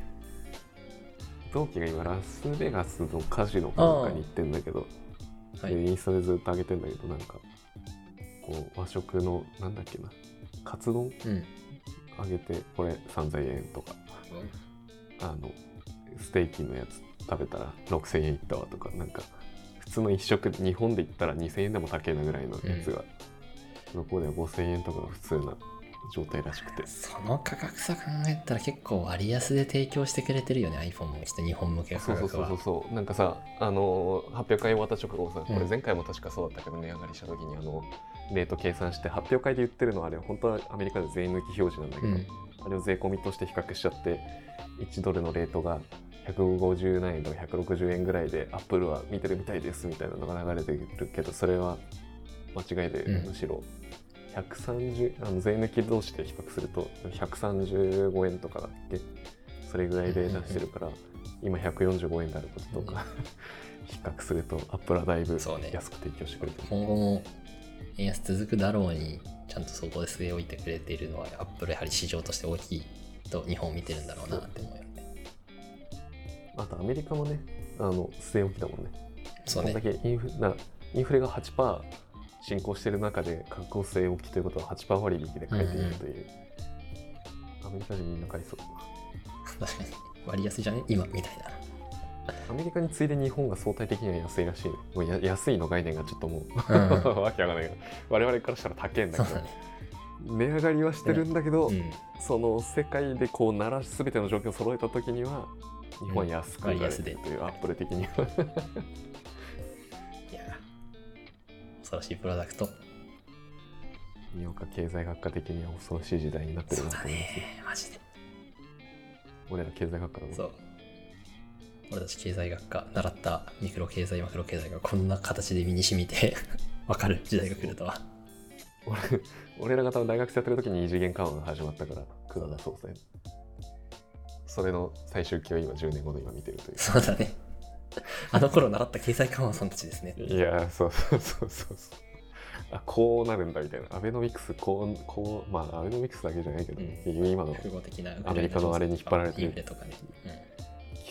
S1: 同期が今ラスベガスのカジノかなんかに行ってんだけど、
S2: はい、
S1: でインスタでずっと上げてんだけどなんかこう和食のなんだっけなカツ丼
S2: うん
S1: あげてこれ3000円とかあのステーキのやつ食べたら6000円いったわとかなんか普通の一食日本で言ったら2000円でも高いなぐらいのやつが、向こうでは5000円とかが普通な状態らしくて
S2: その価格差考えたら結構割安で提供してくれてるよね iPhone もちょっと日本向け
S1: そ
S2: 価
S1: うそう
S2: 格
S1: そう
S2: は
S1: そうそうなんかさあのー発表会終わった直後さこ
S2: う
S1: れ
S2: ん
S1: 前回も確かそうだったけど値上がりした時にあのレート計算して発表会で言ってるのはあれ本当はアメリカで税抜き表示なんだけど、
S2: うん
S1: あれを税込みとして比較しちゃって1ドルのレートが150何円とか160円ぐらいでアップルは見てるみたいですみたいなのが流れてるけどそれは間違いで、
S2: うん
S1: むしろ130あの税抜き同士で比較すると135円とかだっけそれぐらいで出してるから、今145円であることとか、比較するとアップルはだいぶ安
S2: そうね
S1: く提供してくれてる、
S2: 今後も円安続くだろうにちゃんとそこで据え置いてくれているのはアップルやはり市場として大きいと日本を見てるんだろうなって思うよね。
S1: あとアメリカもねあの据え置きだもんね
S2: そう
S1: こ
S2: ね
S1: んだけインフなインフレが8%進行している中で価格を据え置きということは8%割引で買えているという、アメリカ人みんな買いそう
S2: 確かに割安じゃね今みたいな。
S1: アメリカに次いで日本が相対的には安いらしいねもうや安いの概念がちょっともう、
S2: う ん
S1: わけわかんないけど我々からしたら高いんだ
S2: そう
S1: けど
S2: だね。
S1: 値上がりはしてるんだけど、
S2: うん。
S1: その世界でこうなら全ての状況を揃えた時には日本は安く売られてるというアップル的に は
S2: いや恐ろしいプロダクト。
S1: 日本が経済学科的には恐ろしい時代になってる
S2: そう
S1: なと
S2: だ
S1: 思いますね
S2: ね。マジで。
S1: 俺ら経済学科だもん
S2: そう。俺たち経済学科習ったミクロ経済マクロ経済がこんな形で身に染みて わかる時代が来るとは
S1: 俺 俺らが多分大学生やってる時に異次元緩和が始まったから黒田総裁それの最終期を今10年後の今見てるという
S2: そうだねあの頃習った経済緩和さんたちですね
S1: いやーそう そうそうそうそうあこうなるんだみたいなアベノミクスこうこうまあアベノミクスだけじゃないけど、
S2: うん
S1: 結局今の
S2: 複合的な
S1: アメリカのあれに引っ張られてる
S2: インフレとかね、うん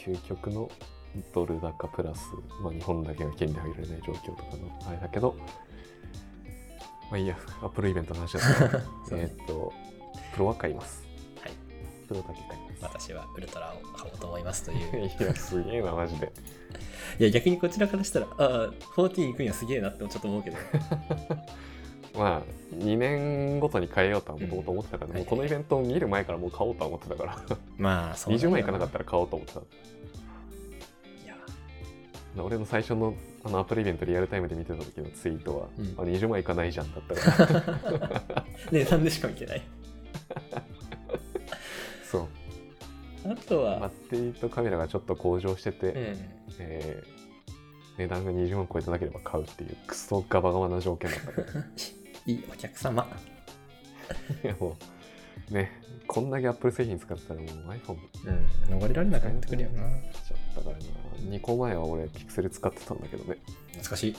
S1: 究極のドル高プラス、まあ、日本だけが金利上げられない状況とかのあれだけどまあいいやアップルイベントの話だったか ら
S2: そう
S1: え
S2: ね
S1: ーっとプロは買います
S2: はい
S1: プロだけ買います
S2: 私はウルトラを買おうと思いますとい う
S1: いやすげえなマジで
S2: いや逆にこちらからしたらああ14行くんやすげえなってちょっと思 うけど
S1: まあ2年ごとに変えようとはもともと思ってたから、
S2: うん
S1: もうこのイベントを見る前からもう買おうとは思ってたから
S2: まあそう
S1: 20万いかなかったたら買おうと思ってた
S2: いや
S1: 俺の最初のあのアップルイベントリアルタイムで見てた時のツイートは、
S2: うん
S1: あ20万いかないじゃんだった から
S2: 値段でしか見てない
S1: そう
S2: あとは、
S1: バッテリーとカメラがちょっと向上してて、
S2: うん
S1: えー値段が20万超えてなければ買うっていうクソガバガバな条件だったから
S2: いいお客様
S1: いやもうねこんだけアップル製品使ってたらもう iPhone
S2: うん逃れられなくなってくるよな
S1: ちゃったからな2個前は俺ピクセル使ってたんだけどね
S2: 懐かしいこ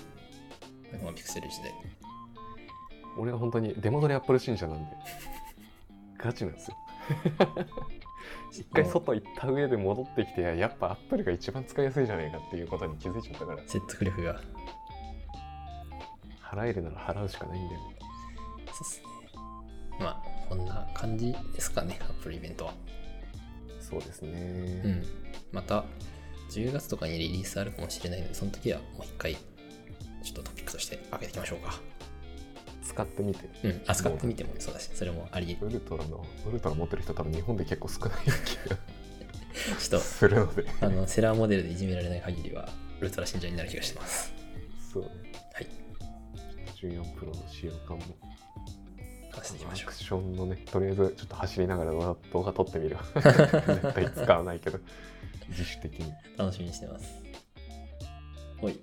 S2: のピクセル時代
S1: 俺は本当に出戻りアップル信者なんでガチなん ですよ一回外行った上で戻ってきてやっぱアップルが一番使いやすいじゃねえかっていうことに気づいちゃったから
S2: 説得力が
S1: 払えるなら払うしかないんだよね
S2: そうっすねまあこんな感じですかねアップルイベントは
S1: そうですね、
S2: うんまた10月とかにリリースあるかもしれないのでその時はもう一回ちょっとトピックとして上げていきましょうか
S1: 使ってみて
S2: うん扱ってみてもそうだしそれもあり
S1: ウルトラのウルトラ持ってる人多分日本で結構少ない気
S2: ち
S1: が
S2: ょっ
S1: するので
S2: とあのセラーモデルでいじめられない限りはウルトラ信者になる気がしてます
S1: そうね
S2: はい
S1: 14プロの使用感も
S2: 話していきましょ
S1: ア
S2: う
S1: クションのねとりあえずちょっと走りながら動画動画撮ってみ る絶対使わないけど自主的に
S2: 楽しみにしてますほいじ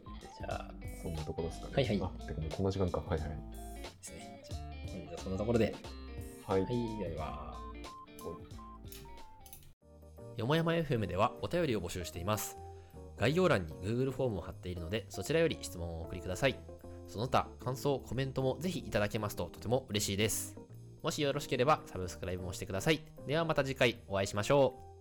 S2: ゃあ
S1: そんなところですかね
S2: はいはい
S1: あてかもうこんな時間かはいはい
S2: ですねじゃあ本日はそんなところで
S1: はい、
S2: はい、では。よもやま FM ではお便りを募集しています。概要欄に Google フォームを貼っているので、そちらより質問をお送りください。その他、感想、コメントもぜひいただけますととても嬉しいです。もしよろしければサブスクライブもしてください。ではまた次回お会いしましょう。